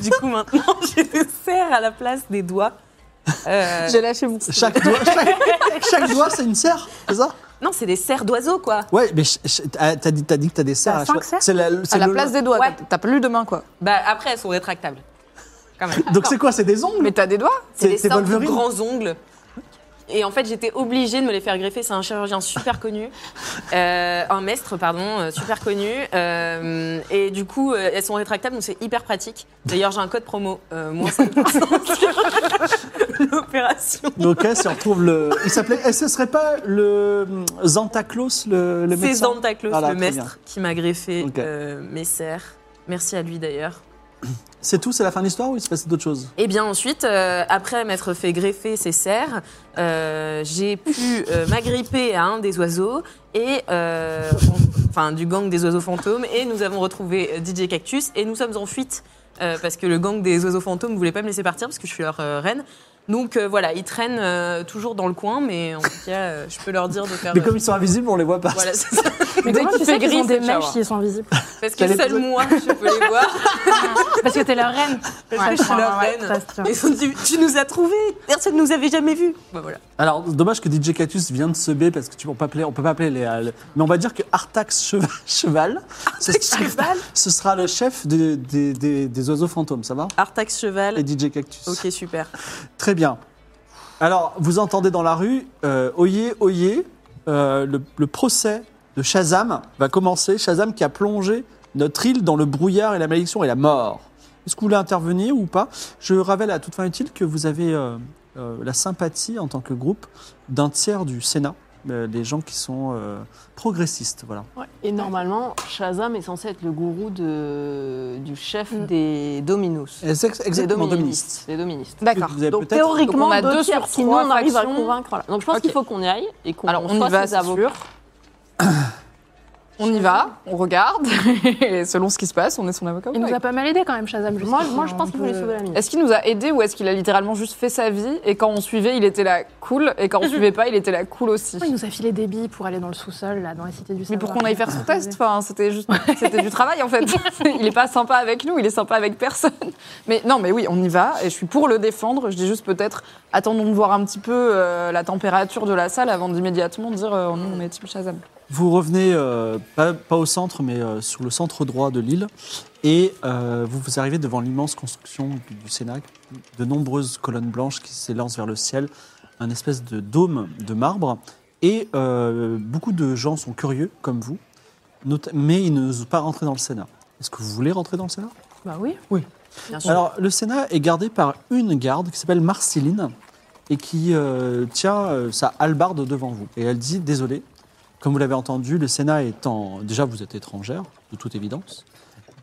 C: du coup, maintenant, je les serre à la place des doigts. Euh,
F: J'ai lâché mon
A: Chaque doigt, chaque, chaque doigt, c'est une serre, c'est ça
C: Non, c'est des serres d'oiseaux, quoi.
A: Ouais, mais ch- ch- ah, t'as dit, t'as dit que t'as des serres.
E: T'as
A: à
E: cinq
A: chaque-
E: serres
A: c'est la, c'est
F: À la
A: le-
F: place des doigts.
C: Ouais.
F: T'as plus de mains, quoi.
C: Bah, après, elles sont rétractables. Quand même.
A: Donc c'est quoi C'est des ongles
F: Mais t'as des doigts
C: C'est
A: C'est-
C: des
A: c'est
C: simples
A: Wolverine
C: grands ongles. Et en fait, j'étais obligée de me les faire greffer. C'est un chirurgien super connu, Euh, un maître, pardon, euh, super connu. Euh, et du coup, euh, elles sont rétractables, donc c'est hyper pratique. D'ailleurs, j'ai un code promo, euh, moins 5% sur l'opération.
A: Donc elle se retrouve le. Il s'appelait. eh, ce serait pas le hum, Zantaclos, le, le
C: C'est
A: médecin
C: Zantaclos,
A: Voilà,
C: le
A: très
C: maître,
A: bien.
C: qui m'a greffé
A: Ok.
C: euh, mes serres. Merci à lui d'ailleurs.
A: C'est tout, c'est la fin de l'histoire ou il se passe d'autres choses
C: Et Eh bien ensuite, euh, après m'être fait greffer ces serres, euh, j'ai pu euh, m'agripper à un des oiseaux, et, euh, on- enfin du gang des oiseaux fantômes, et nous avons retrouvé euh, DJ Cactus, et nous sommes en fuite, euh, parce que le gang des oiseaux fantômes ne voulait pas me laisser partir, parce que je suis leur euh, reine. Donc euh, voilà, ils traînent euh, toujours dans le coin, mais en tout cas, euh, je peux leur dire de faire...
A: Mais comme ils sont invisibles, on les voit pas.
C: Voilà, c'est ça.
E: Mais comment
F: qu'il
E: tu sais
F: fait
E: qu'ils ont
F: gris,
E: des
F: c'est le
E: mèches s'ils sont invisibles
C: Parce
A: T'as
C: que
A: les
C: seul
A: besoins.
C: moi, je peux les voir.
E: Parce que t'es leur reine.
C: Parce que je suis leur
E: Ouais,
C: reine.
E: ça se tient.
C: Et ils ont dit, tu nous as trouvés, personne ne nous avait jamais vus. Bah, voilà.
A: Alors dommage que DJ Cactus vient de se b parce que tu on peut pas appeler, on peut pas appeler les. euh, le- Mais on va dire que Artax Cheval, Cheval, ce,
C: Cheval
A: ce sera le chef de- des- des- des oiseaux fantômes, ça va
C: Artax Cheval.
A: Et DJ Cactus.
C: Ok, super.
A: Très bien. Alors, vous entendez dans la rue, euh, oyez, oyez, euh, le, le procès de Shazam va commencer. Shazam qui a plongé notre île dans le brouillard et la malédiction et la mort. Est-ce que vous voulez intervenir ou pas Je rappelle à toute fin utile que vous avez euh, euh, la sympathie en tant que groupe d'un tiers du Sénat, euh, des gens qui sont euh, progressistes. Voilà.
D: Et normalement, Shazam est censé être le gourou de, du chef
F: Mm.
D: des Dominus.
A: Et c'est Exactement, doministe.
D: Des doministes.
F: D'accord.
A: Vous avez
D: Donc
A: peut-être-
D: Bah, théoriquement,
F: Donc, on a
D: deux,
F: deux
D: tiers,
F: sur
D: sinon
F: trois
D: on arrive à le
F: factions.
D: convaincre. Voilà. Donc je pense
F: Ok.
D: qu'il faut qu'on y aille et qu'on
F: Alors, on y
D: soit
F: va,
D: ses
F: c'est
D: avocats.
F: sûr. On y va, on regarde, et selon ce qui se passe, on est son avocat ou
E: Il nous
F: pas.
E: a pas mal aidé quand même, Shazam. Euh,
D: Moi, moi, je pense qu'il faut les sauver la mise.
F: Est-ce qu'il nous a aidé ou est-ce qu'il a littéralement juste fait sa vie et quand on suivait, il était là cool et quand on suivait pas, il était là cool aussi
E: Il nous a filé des billes pour aller dans le sous-sol, là, dans la cité du
F: Mais
E: savoir.
F: pour qu'on aille faire son test, enfin, c'était juste, c'était du travail en fait. Il est pas sympa avec nous, il est sympa avec personne. Mais non, mais oui, on y va. Et je suis pour le défendre. Je dis juste peut-être, attendons de voir un petit peu euh, la température de la salle avant d'immédiatement dire, euh, non, on est Team Shazam.
A: Vous revenez, euh, pas, pas au centre, mais euh, sur le centre droit de l'île, et euh, vous, vous arrivez devant l'immense construction du, du Sénat, de nombreuses colonnes blanches qui s'élancent vers le ciel, un espèce de dôme de marbre, et euh, beaucoup de gens sont curieux, comme vous, not- mais ils n'osent pas rentrer dans le Sénat. Est-ce que vous voulez rentrer dans le Sénat
E: Bah oui.
C: Bien sûr.
A: alors, le Sénat est gardé par une garde qui s'appelle Marceline et qui euh, tient euh, sa hallebarde devant vous. Et elle dit Désolé, comme vous l'avez entendu, le Sénat est en. Déjà, vous êtes étrangère, de toute évidence.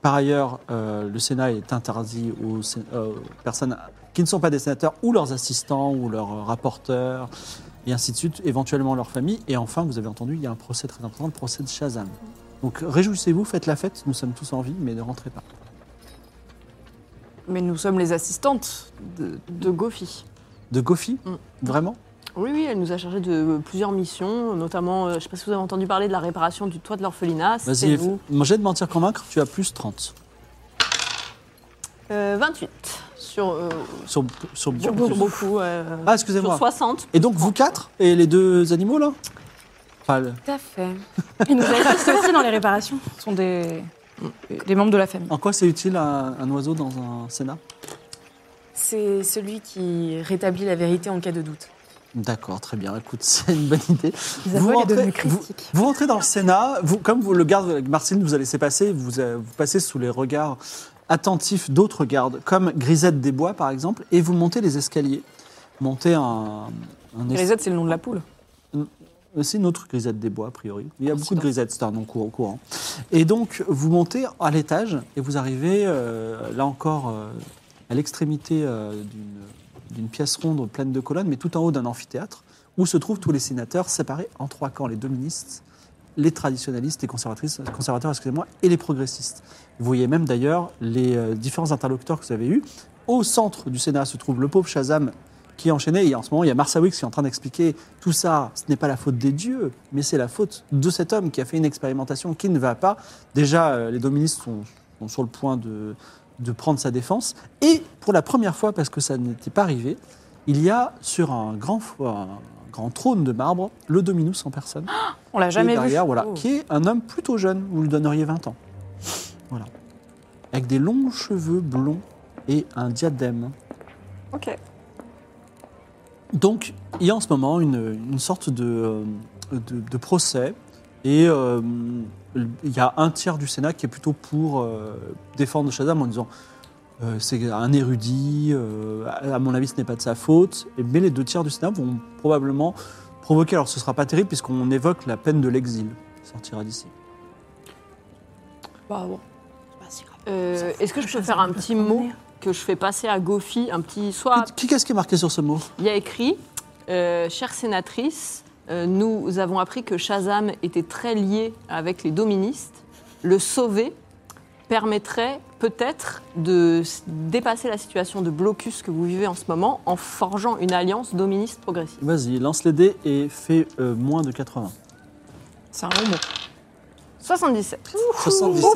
A: Par ailleurs, euh, le Sénat est interdit aux, sé- euh, aux personnes qui ne sont pas des sénateurs ou leurs assistants ou leurs rapporteurs et ainsi de suite, éventuellement leur famille. Et enfin, vous avez entendu, il y a un procès très important, le procès de Shazam. Donc réjouissez-vous, faites la fête, nous sommes tous en vie, mais ne rentrez pas.
D: Mais nous sommes les assistantes de, de Gofi.
A: De Gofi
D: Mm.
A: Vraiment
D: Oui, oui, elle nous a chargé de euh, plusieurs missions, notamment, euh, je ne sais pas si vous avez entendu parler de la réparation du toit de l'orphelinat.
A: Vas-y,
D: C'était nous.
A: f- jet de mentir convaincre, tu as plus 30.
D: Euh, 28 sur, euh,
A: Sur, sur,
D: sur beaucoup. euh,
A: Ah,
D: sur
A: excusez-moi.
D: 60.
A: Et donc, vous quatre et les deux animaux, là Enfin, le-
C: Tout à fait.
E: Il nous a assisté aussi dans les réparations.
F: Ce sont des,
A: Mm.
F: des membres de la famille.
A: En quoi c'est utile un, un oiseau dans un sénat
C: C'est celui qui rétablit la vérité en cas de doute.
A: D'accord, très bien. Écoute, c'est une bonne idée.
E: Ils avouent, il est devenu
A: vous,
E: christique.
A: vous rentrez dans le Sénat, vous, comme vous, le garde Marcine vous a laissé passer, vous, euh, vous passez sous les regards attentifs d'autres gardes, comme Grisette des Bois, par exemple, et vous montez les escaliers. Montez un, un escalier.
F: Les aides, c'est le nom de la poule.
A: Euh, C'est une autre grisette des bois, a priori. Il y a beaucoup de grisettes, c'est un nom courant, courant. Et donc, vous montez à l'étage et vous arrivez, euh, là encore, euh, à l'extrémité euh, d'une- d'une pièce ronde pleine de colonnes, mais tout en haut d'un amphithéâtre, où se trouvent tous les sénateurs séparés en trois camps, les doministes, les traditionalistes, les conservatrices, conservateurs excusez-moi, et les progressistes. Vous voyez même d'ailleurs les euh, différents interlocuteurs que vous avez eus. Au centre du Sénat se trouve le pauvre Shazam qui est enchaîné. Et en ce moment, il y a Marsawix qui est en train d'expliquer tout ça. Ce n'est pas la faute des dieux, mais c'est la faute de cet homme qui a fait une expérimentation qui ne va pas. Déjà, euh, les doministes sont, sont sur le point de, de prendre sa défense. Et pour la première fois, parce que ça n'était pas arrivé, il y a sur un grand, fo- un grand trône de marbre le Dominus en personne.
B: On l'a
A: Et
B: jamais vu.
A: derrière, voilà,
B: Oh.
A: qui est un homme plutôt jeune, vous lui donneriez 20 ans. Voilà. Avec des longs cheveux blonds et un diadème.
B: Ok.
A: Donc, il y a en ce moment une, une sorte de, euh, de, de procès et euh, il y a un tiers du Sénat qui est plutôt pour euh, défendre Shazam en disant euh, c'est un érudit, euh, à à mon avis ce n'est pas de sa faute, Et- mais les deux tiers du Sénat vont probablement provoquer, alors ce sera pas terrible puisqu'on évoque la peine de l'exil qui sortira d'ici.
B: Bah, bon.
D: Euh, Est-ce que je peux faire un petit mot que je fais passer à Gofi Un petit soit
A: Qui qu'est-ce qui est marqué sur ce mot
D: Il y a écrit euh, Chère sénatrice, euh, nous avons appris que Shazam était très lié avec les doministes. Le sauver permettrait peut-être de s- dépasser la situation de blocus que vous vivez en ce moment en forgeant une alliance doministe progressive.
A: Vas-y, lance les dés et fais euh, moins de 80.
B: C'est un bon mot.
D: 77.
A: 77.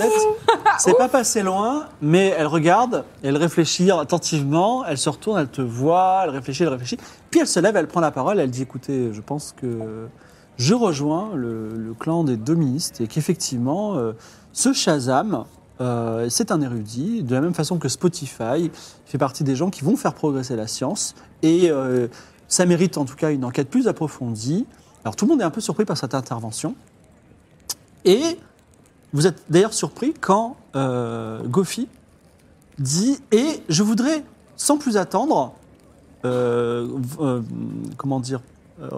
A: C'est pas passé loin, mais elle regarde, elle réfléchit attentivement, elle se retourne, elle te voit, elle réfléchit, elle réfléchit. Puis elle se lève, elle prend la parole, elle dit écoutez, je pense que je rejoins le, le clan des doministes et qu'effectivement, euh, ce Shazam, euh, c'est un érudit, de la même façon que Spotify fait partie des gens qui vont faire progresser la science et euh, ça mérite en tout cas une enquête plus approfondie. Alors tout le monde est un peu surpris par cette intervention. Et vous êtes d'ailleurs surpris quand euh, Goffy dit Et je voudrais, sans plus attendre, euh, v- euh, comment dire, euh,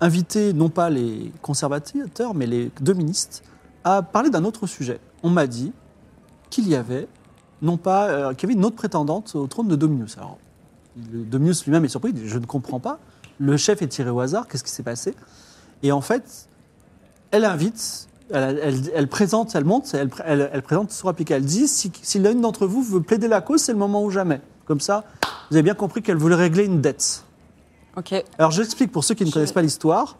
A: inviter non pas les conservateurs, mais les doministes à parler d'un autre sujet. On m'a dit qu'il y avait, non pas, euh, qu'il y avait une autre prétendante au trône de Dominus. Alors, le Dominus lui-même est surpris, il dit, je ne comprends pas. Le chef est tiré au hasard, qu'est-ce qui s'est passé Et en fait, elle invite, elle, elle- elle présente, elle monte, elle, pr- elle- elle présente sur appliqué. Elle dit si, si l'une d'entre vous veut plaider la cause, c'est le moment ou jamais. Comme ça, vous avez bien compris qu'elle voulait régler une dette.
B: Ok.
A: Alors j'explique pour ceux qui ne connaissent pas l'histoire.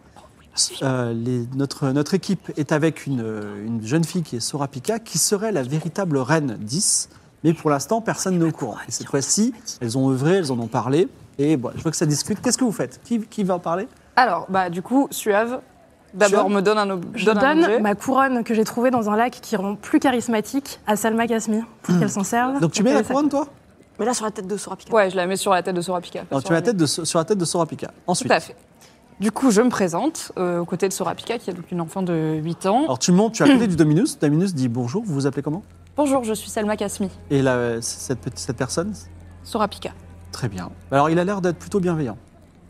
A: Euh, les- notre, notre équipe est avec une, euh, une jeune fille qui est Sora Pika, qui serait la véritable reine 10, mais pour l'instant personne n'est au courant. Et cette fois-ci, elles ont œuvré, elles en ont parlé, et bon, je vois que ça discute. Qu'est-ce que vous faites qui, qui va en parler
B: Alors, bah, du coup, Suave, d'abord
A: Suave
B: me donne un, ob-
E: Je
B: donne un objet.
E: donne ma couronne que j'ai trouvée dans un lac qui rend plus charismatique à Salma Kasmi pour qu'elle s'en serve.
A: Hmm. Donc tu mets la couronne, toi
D: Mais là, sur la tête de Sorapika.
B: Ouais, je la mets sur la tête de Sorapika.
A: Alors, tu mets la tête de, sur la tête de Sora Pika. Ensuite.
B: Tout à fait. Du coup, je me présente euh, aux côtés de Sorapika, qui est donc une enfant de 8 ans.
A: Alors tu montes, tu es à côté du Dominus. Dominus dit bonjour, vous vous appelez comment
B: Bonjour, je suis Salma Kasmi.
A: Et là, euh, c- cette, petite- cette personne
B: Sorapika.
A: Très bien. Alors il a l'air d'être plutôt bienveillant.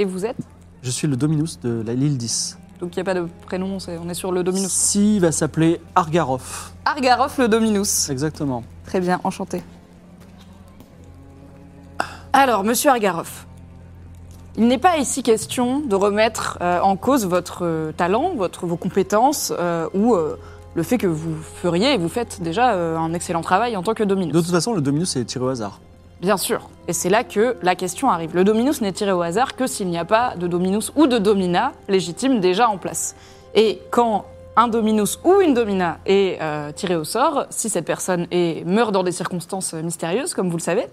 B: Et vous êtes
A: Je suis le Dominus de la- l'île 10.
B: Donc, il n'y a pas de prénom, c'est- on est sur le Dominus.
A: Si il va s'appeler Argaroff.
B: Argaroff, le Dominus.
A: Exactement.
B: Très bien, enchanté. Alors, monsieur Argaroff, il n'est pas ici question de remettre euh, en cause votre euh, talent, votre, vos compétences euh, ou euh, le fait que vous feriez et vous faites déjà euh, un excellent travail en tant que Dominus.
A: De toute façon, le Dominus est tiré au hasard.
B: Bien sûr. Et c'est là que la question arrive. Le dominus n'est tiré au hasard que s'il n'y a pas de dominus ou de domina légitime déjà en place. Et quand un dominus ou une domina est euh, tiré au sort, si cette personne est, meurt dans des circonstances mystérieuses, comme vous le savez,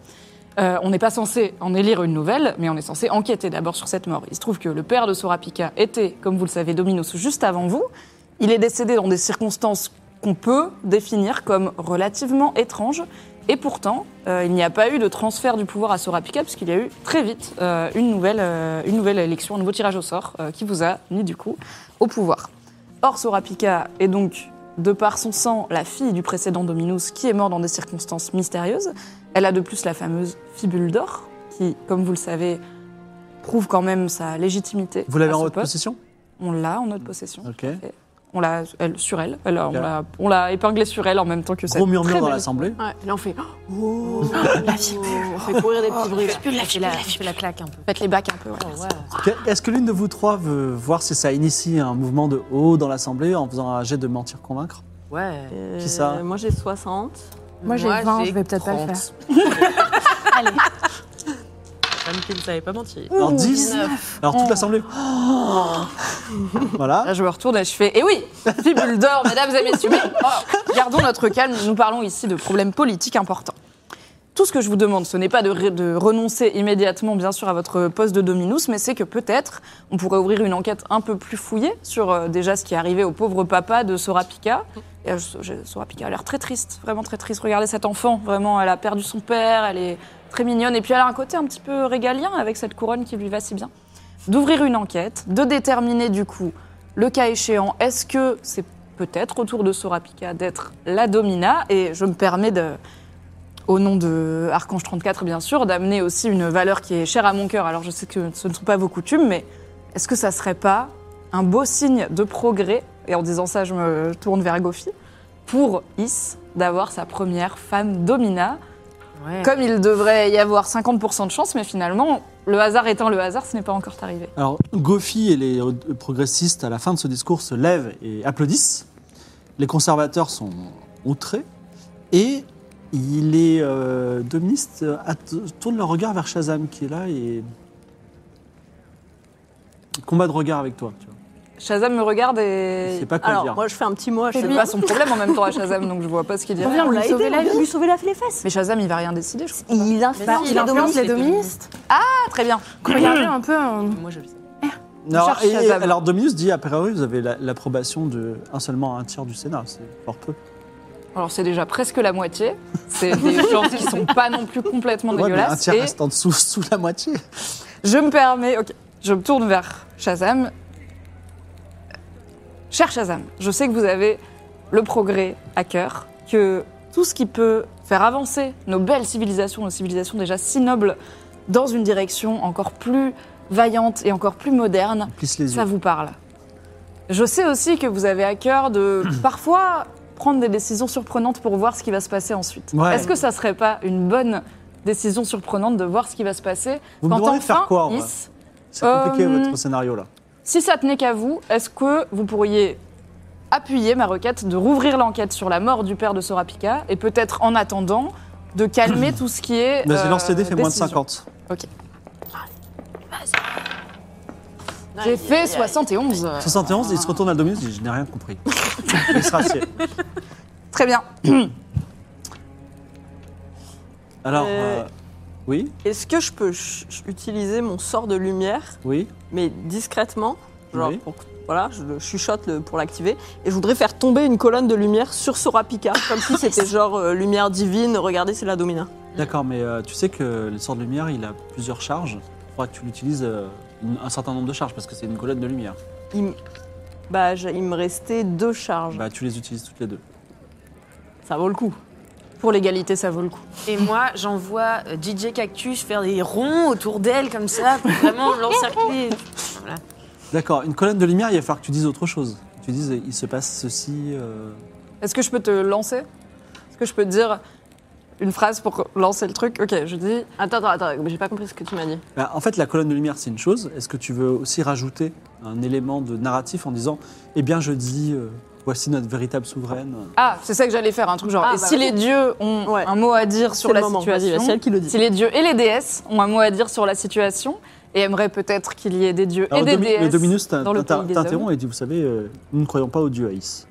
B: euh, on n'est pas censé en élire une nouvelle, mais on est censé enquêter d'abord sur cette mort. Il se trouve que le père de Sorapika était, comme vous le savez, dominus juste avant vous. Il est décédé dans des circonstances qu'on peut définir comme relativement étranges. Et pourtant, euh, il n'y a pas eu de transfert du pouvoir à Sorapika, puisqu'il y a eu très vite euh, une, nouvelle, euh, une nouvelle élection, un nouveau tirage au sort, euh, qui vous a mis du coup au pouvoir. Or, Sorapika est donc, de par son sang, la fille du précédent Dominus, qui est mort dans des circonstances mystérieuses. Elle a de plus la fameuse fibule d'or, qui, comme vous le savez, prouve quand même sa légitimité.
A: Vous l'avez
B: à
A: en
B: Ah, ce
A: votre
B: poste.
A: possession
B: On l'a en notre possession.
A: Ok.
B: On l'a elle, sur elle. Elle a- on
A: Ok.
B: l'a- On l'a épinglée sur elle en même temps que ça.
A: Gros murmure dans l'assemblée.
D: Ouais, là, on fait. Oh La On fait courir des petits bruits.
C: la
D: la- Ah,
C: claque un peu.
B: Faites les bacs un peu. ouais.
A: Que- Est-ce que l'une de vous trois veut voir si ça initie un mouvement de haut dans l'assemblée en faisant un jet de mentir-convaincre
C: Ouais.
D: Euh,
A: Qui ça
D: Moi, j'ai 60.
E: Moi, j'ai 20, je vais peut-être pas le faire.
C: Allez. Femme qui ne savait pas mentir.
A: Alors 10 Alors
B: Oh.
A: toute l'assemblée. voilà. Ah.
B: Là, je me retourne et je fais Eh oui, fibule d'or, mesdames et messieurs. Mais, oh, gardons notre calme, nous parlons ici de problèmes politiques importants. Tout ce que je vous demande, ce n'est pas de, re- de renoncer immédiatement, bien sûr, à votre poste de dominus, mais c'est que peut-être on pourrait ouvrir une enquête un peu plus fouillée sur euh, déjà ce qui est arrivé au pauvre papa de Sorapika. Et, euh, je- je- Sorapika a l'air très triste, vraiment très triste. Regardez cet enfant, vraiment, elle a perdu son père, elle est très mignonne, et puis elle a un côté un petit peu régalien avec cette couronne qui lui va si bien. D'ouvrir une enquête, de déterminer du coup, le cas échéant, est-ce que c'est peut-être autour de Sorapika d'être la domina Et je me permets de au nom de Archange 34, bien sûr, d'amener aussi une valeur qui est chère à mon cœur. Alors je sais que ce ne sont pas vos coutumes, mais est-ce que ça serait pas un beau signe de progrès Et en disant ça, je me tourne vers Gofi pour Is d'avoir sa première femme domina, comme il devrait y avoir 50% de chance, mais finalement, le hasard étant le hasard, ce n'est pas encore arrivé.
A: Alors, Goffy et les euh, progressistes, à la fin de ce discours, se lèvent et applaudissent. Les conservateurs sont outrés. Et il est euh, doministes euh, att- tournent leur regard vers Shazam, qui est là et. Combat de regard avec toi. Tu vois.
B: Shazam me regarde
A: Il
B: et
A: sait pas quoi
D: Alors,
A: dire.
D: moi, je fais un petit mois. Je
B: c'est
D: fais
B: pas son problème en même temps à Shazam, donc je vois pas ce qu'il dit.
E: On vient lui sauver la vie.
D: les fesses.
B: Mais Shazam, il va rien décider, je crois.
D: Il
E: Bah,
D: influence
E: il influence les doministes.
B: Ah, très bien.
E: Regardez un peu. hein.
A: Alors,
B: cherche
A: et- et-
B: Shazam.
A: alors, Dominus dit a priori, vous avez la- l'approbation de un seulement un tiers du Sénat. C'est fort peu.
B: Alors c'est déjà presque la moitié. C'est des gens qui sont pas non plus complètement
A: Ouais, mais un
B: dégueulasses.
A: tiers
B: Et
A: reste en dessous, sous la moitié.
B: je me permets, ok, je me tourne vers Shazam. Cher Shazam, je sais que vous avez le progrès à cœur, que tout ce qui peut faire avancer nos belles civilisations, nos civilisations déjà si nobles, dans une direction encore plus vaillante et encore plus moderne,
A: Il plisse les yeux.
B: ça vous parle. Je sais aussi que vous avez à cœur de parfois prendre des décisions surprenantes pour voir ce qui va se passer ensuite.
A: Ouais.
B: Est-ce que ça serait pas une bonne décision surprenante de voir ce qui va se passer
A: Vous me
B: quand
A: demandez
B: enfin,
A: de faire quoi, en vrai
B: Is,
A: C'est compliqué
B: Euh,
A: votre scénario là.
B: si ça tenait qu'à vous, est-ce que vous pourriez appuyer ma requête de rouvrir l'enquête sur la mort du père de Sorapika et peut-être en attendant de calmer tout ce qui est
A: Vas-y,
B: euh,
A: lance les dés, fais moins de
B: décision.
A: 50.
B: J'ai fait 71.
A: 71, il se retourne à Dominus, il dit Je n'ai rien compris. il se rassied.
B: Très bien.
A: Alors,
D: Euh,
A: euh, oui,
D: Est-ce que je peux ch- ch- utiliser mon sort de lumière,
A: oui.
D: mais discrètement Genre,
A: Oui.
D: pour- voilà, je le chuchote le- pour l'activer. Et je voudrais faire tomber une colonne de lumière sur Sorapika, comme si c'était genre euh, lumière divine. Regardez, c'est la domina.
A: D'accord, mais euh, tu sais que le sort de lumière, il a plusieurs charges. Il faudra que tu l'utilises euh, une- un certain nombre de charges parce que c'est une colonne de lumière.
D: Il, m- bah, j'ai- il me restait deux charges.
A: Bah, tu les utilises toutes les deux.
D: Ça vaut le coup.
B: Pour l'égalité, ça vaut le coup.
C: Et moi, j'envoie euh, DJ Cactus faire des ronds autour d'elle comme ça, pour vraiment l'encercler.
A: D'accord, une colonne de lumière, il va falloir que tu dises autre chose. Tu dises Il se passe ceci. euh,
B: Est-ce que je peux te lancer Est-ce que je peux te dire une phrase pour lancer le truc Ok, je dis.
D: Attends, attends, attends, mais j'ai pas compris ce que tu m'as dit.
A: Bah, en fait, la colonne de lumière, c'est une chose. Est-ce que tu veux aussi rajouter un élément de narratif en disant Eh bien, je dis, euh, voici notre véritable souveraine euh,
B: Ah, c'est ça que j'allais faire, un truc genre.
D: Ah,
B: et
D: bah
B: si
D: oui.
B: les dieux ont
D: Ouais.
B: un mot à dire
D: C'est
B: sur
D: le
B: la
D: moment. Vas-y,
B: situation,
D: c'est elle qui le dit.
B: si les dieux et les déesses ont un mot à dire sur la situation, et aimeraient peut-être qu'il y ait des dieux
A: Alors,
B: et des
A: Domi-
B: déesses
A: le Dominus t'in-
B: dans le
A: t'in-
B: pays des
A: t'interrompt
B: hommes.
A: et dit Vous savez, euh, nous ne croyons pas aux dieux Aïs.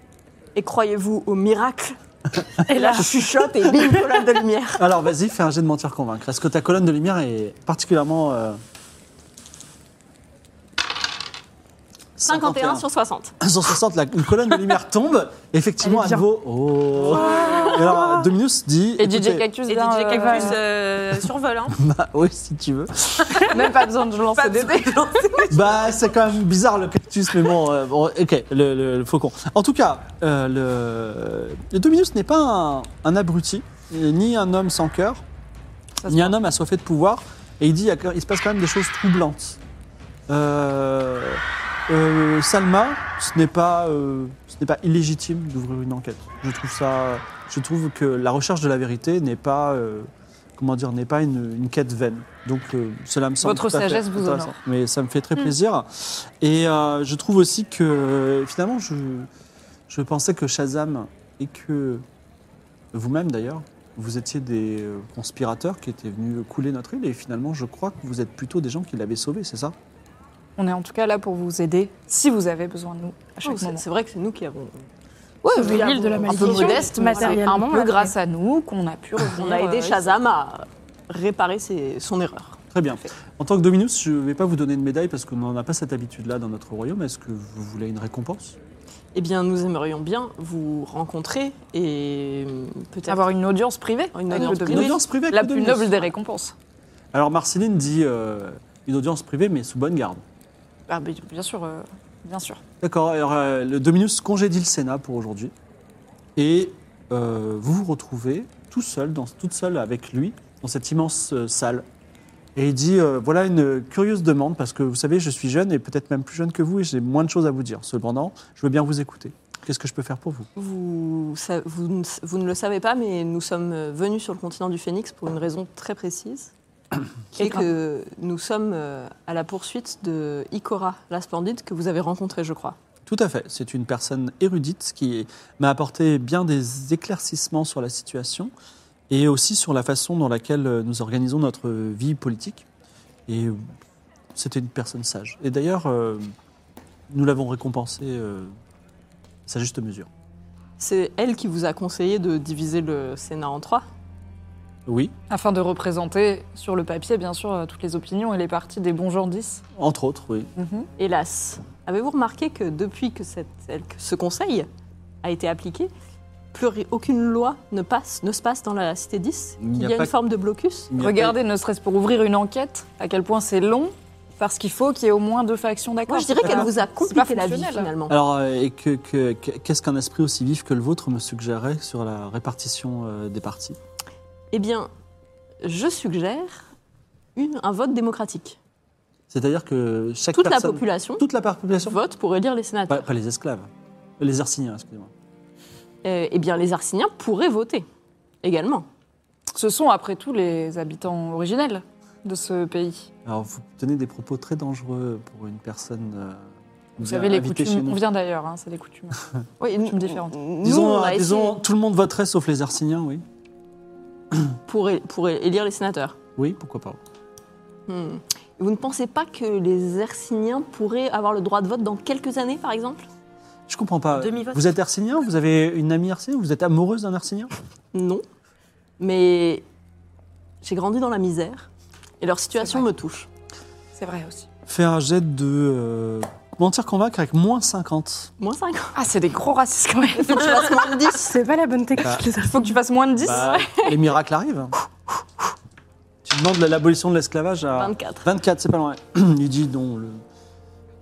D: Et croyez-vous au miracle Et là, je chuchote et bim, colonne de lumière.
A: Alors vas-y, fais un jet de mentir convaincre. Est-ce que ta colonne de lumière est particulièrement. euh,
D: 51 sur 60.
A: 160, la une colonne de lumière tombe. Effectivement, à nouveau. Oh. Et alors, Dominus dit.
B: Et DJ
A: écoutez,
B: Cactus,
C: Et DJ
B: bien, euh,
C: Cactus
B: voilà.
C: euh, survole. Hein.
A: bah, oui, si tu veux.
B: même pas besoin de lancer des dés.
A: Bah, c'est quand même bizarre le cactus, mais bon, euh, bon, ok, le, le- le faucon. En tout cas, euh, le, le Dominus n'est pas un, un abruti, euh, ni un homme sans cœur,
B: Ça se
A: ni un homme assoiffé de pouvoir. Et il dit, il y a- il se passe quand même des choses troublantes. Euh, euh, Salma, ce n'est pas, euh, ce n'est pas illégitime d'ouvrir une enquête. Je trouve ça, je trouve que la recherche de la vérité n'est pas, euh, comment dire, n'est pas une, une quête vaine. Donc euh, cela me semble
B: Votre
A: tout à fait
B: sagesse vous
A: intéressant.
B: honore. Hmm.
A: Mais ça me fait très plaisir. Et euh, je trouve aussi que euh, finalement, je, je pensais que Shazam et que vous-même d'ailleurs, vous étiez des euh, conspirateurs qui étaient venus couler notre île. Et finalement, je crois que vous êtes plutôt des gens qui l'avaient sauvée, c'est ça
B: On est en tout cas là pour vous aider si vous avez besoin de nous à chaque
D: Oh, c'est
B: moment.
D: c'est vrai que c'est nous qui avons.
E: ouais, de l'île de la
B: un peu
E: malédiction,
B: modeste, mais c'est un
E: matériellement.
B: peu
E: là.
B: grâce à nous qu'on a pu revenir.
D: On a aidé
B: euh,
D: Shazam à réparer ses- son erreur.
A: Très bien. En tant que Dominus, je ne vais pas vous donner de médaille parce qu'on n'en a pas cette habitude-là dans notre royaume. Est-ce que vous voulez une récompense
D: Eh bien, nous aimerions bien vous rencontrer et euh, peut-être
B: Avoir une audience privée.
D: Une
B: avec le
D: audience
B: Dominus.
A: Une
D: Oui.
A: audience privée avec
B: La
A: le
B: plus
A: Dominus.
B: noble des récompenses.
A: Alors Marceline dit euh, une audience privée, mais sous bonne garde.
B: Ah, mais bien sûr, euh, bien sûr.
A: D'accord. Alors euh, le Dominus congédie le Sénat pour aujourd'hui et euh, vous vous retrouvez tout seul, dans, toute seule avec lui dans cette immense euh, salle. Et il dit euh, voilà une curieuse demande parce que vous savez je suis jeune et peut-être même plus jeune que vous et j'ai moins de choses à vous dire. Cependant, je veux bien vous écouter. Qu'est-ce que je peux faire pour vous
D: Vous, sa- vous, ne- vous ne le savez pas, mais nous sommes venus sur le continent du Phénix pour une raison très précise. qui est que nous sommes euh, à la poursuite de Ikora, la splendide, que vous avez rencontrée, je crois.
A: Tout à fait. C'est une personne érudite qui m'a apporté bien des éclaircissements sur la situation et aussi sur la façon dans laquelle euh, nous organisons notre vie politique. Et euh, c'était une personne sage. Et d'ailleurs, euh, nous l'avons récompensé euh, sa juste mesure.
D: C'est elle qui vous a conseillé de diviser le Sénat en trois.
A: Oui,
B: Afin de représenter sur le papier, bien sûr, euh, toutes les opinions et les parties des bons gens 10.
A: entre autres, oui.
D: Hélas, avez-vous remarqué que depuis que, cette- que ce conseil a été appliqué, plus ri- aucune loi ne, passe, ne se passe dans la Cité 10
A: Il n'y
D: Il y
A: a
D: a,
A: pas-
D: une forme de blocus
A: Il n'y a pas-
B: Regardez, ne serait-ce pour ouvrir une enquête, à quel point c'est long, parce qu'il faut qu'il y ait au moins deux factions d'accord.
D: Moi, je dirais
B: C'est
D: qu'elle
B: pas-
D: vous a
B: c'est pas
D: compliqué la vie,
B: fonctionnel.
D: finalement.
A: Alors, euh, et que- que- que- qu'est-ce qu'un esprit aussi vif que le vôtre me suggérait sur la répartition euh, des partis
D: Eh bien, je suggère une- un vote démocratique.
A: C'est-à-dire que chaque
D: Toute la
A: personne-
D: population
A: toute la population
D: vote pour élire les
A: Pas,
D: sénateurs.
A: pas les esclaves. Les Arciniens, excusez-moi.
D: Euh, eh bien, les Arsiniens pourraient voter également.
B: Ce sont, après tout, les habitants originels de ce pays.
A: Alors, vous tenez des propos très dangereux pour une personne. euh,
B: Vous
A: bien
B: savez, les
A: invitée
B: coutumes.
A: chez nous.
B: On vient d'ailleurs, hein, c'est les coutumes.
D: Oui, nous,
B: différentes.
D: nous,
A: Disons,
D: on a
A: euh, disons,
D: essayé
A: tout le monde voterait sauf les Arciniens, oui.
D: pour, é- pour élire les sénateurs.
A: Oui, pourquoi pas.
D: Hmm. Vous ne pensez pas que les Arsiniens pourraient avoir le droit de vote dans quelques années, par exemple
A: Je comprends pas.
C: Demi-vote.
A: Vous êtes Arcinien Vous avez une amie Arcinienne Vous êtes amoureuse d'un Arcinien
D: Non. Mais j'ai grandi dans la misère et leur situation me touche.
B: c'est vrai aussi.
A: Fais un jet de. euh, mentir convaincre avec moins 50.
D: Moins 5 ans.
B: Ah, c'est des gros racistes quand même.
D: Il faut que je fasse moins de 10.
E: C'est pas la bonne technique,
A: Bah,
E: les
B: Faut que tu fasses moins de 10.
A: Bah, les miracles arrivent. tu demandes l'abolition de l'esclavage à.
D: 24.
A: 24, c'est pas loin. Il dit non, le-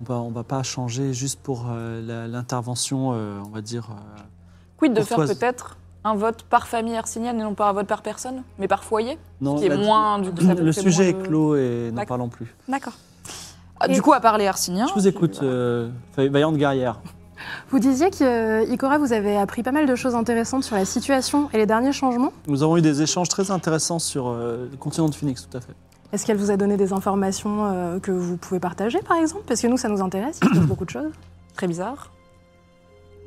A: on, va, on va pas changer juste pour euh, la- l'intervention, euh, on va dire. euh,
B: Quid de faire
A: Courtoise.
B: peut-être un vote par famille arsinienne et non pas un vote par personne, mais par foyer
A: non,
B: Ce qui est
A: la-
B: moins, du coup, ça
A: Le
B: fait
A: sujet
B: moins
A: est
B: de-
A: clos et n'en
B: D'accord.
A: parlons plus.
B: D'accord. Ah, du coup, à part les arsiniens.
A: Je vous écoute, euh, fa- vaillante guerrière.
E: Vous disiez qu'Ikora, vous avez appris pas mal de choses intéressantes sur la situation et les derniers changements.
A: Nous avons eu des échanges très intéressants sur euh, le continent de Phoenix, tout à fait.
E: Est-ce qu'elle vous a donné des informations euh, que vous pouvez partager, par exemple Parce que nous, ça nous intéresse, il se passe beaucoup de choses.
B: Très bizarre.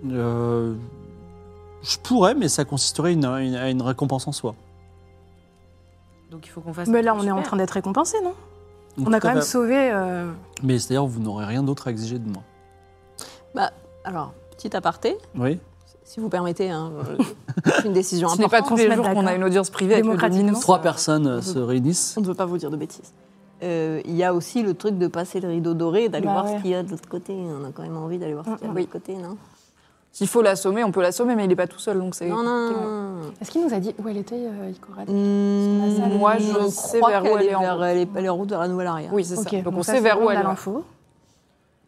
A: Euh, je pourrais, mais ça consisterait une- une- à une récompense en soi.
C: Donc il faut qu'on fasse.
E: Mais là, on est en
C: Super.
E: train d'être récompensé, non
A: Donc,
E: On a
A: tout
E: quand
A: à
E: même
A: fait.
E: sauvé. euh,
A: Mais c'est-à-dire, vous n'aurez rien d'autre à exiger de moi.
D: Alors, petit aparté,
A: Oui.
D: si vous permettez, hein, euh, c'est une décision
B: Ce n'est pas tous
D: importante.
E: qu'on se
B: les
E: mette
B: jours qu'on a
E: d'accord.
B: une audience privée avec le
E: Démocratiquement.
B: Dominus.
A: Trois personnes euh, se réunissent.
D: On ne veut pas vous dire de bêtises. Euh, Il y a aussi le truc de passer le rideau doré et d'aller
E: Bah
D: voir
E: ouais.
D: ce qu'il y a de l'autre côté. On a quand même envie d'aller voir ce qu'il y a de
B: Oui.
D: l'autre côté, non
B: S'il faut l'assommer, on peut l'assommer, mais il n'est pas tout seul, donc c'est.
D: Non, non, non, non.
E: Est-ce qu'il nous a dit où elle était, euh, Ikora
D: Mmh,
E: Sur la salle.
D: moi, je sais vers où elle est
B: en
D: vers-
B: route.
D: elle est- elle est en route vers la nouvelle arrière.
B: Oui, c'est
E: Ok,
B: ça. Donc, on
E: ça,
B: sait
E: c'est
B: vers
E: bon,
B: où
E: on
B: elle
E: a
B: est.
E: l'info.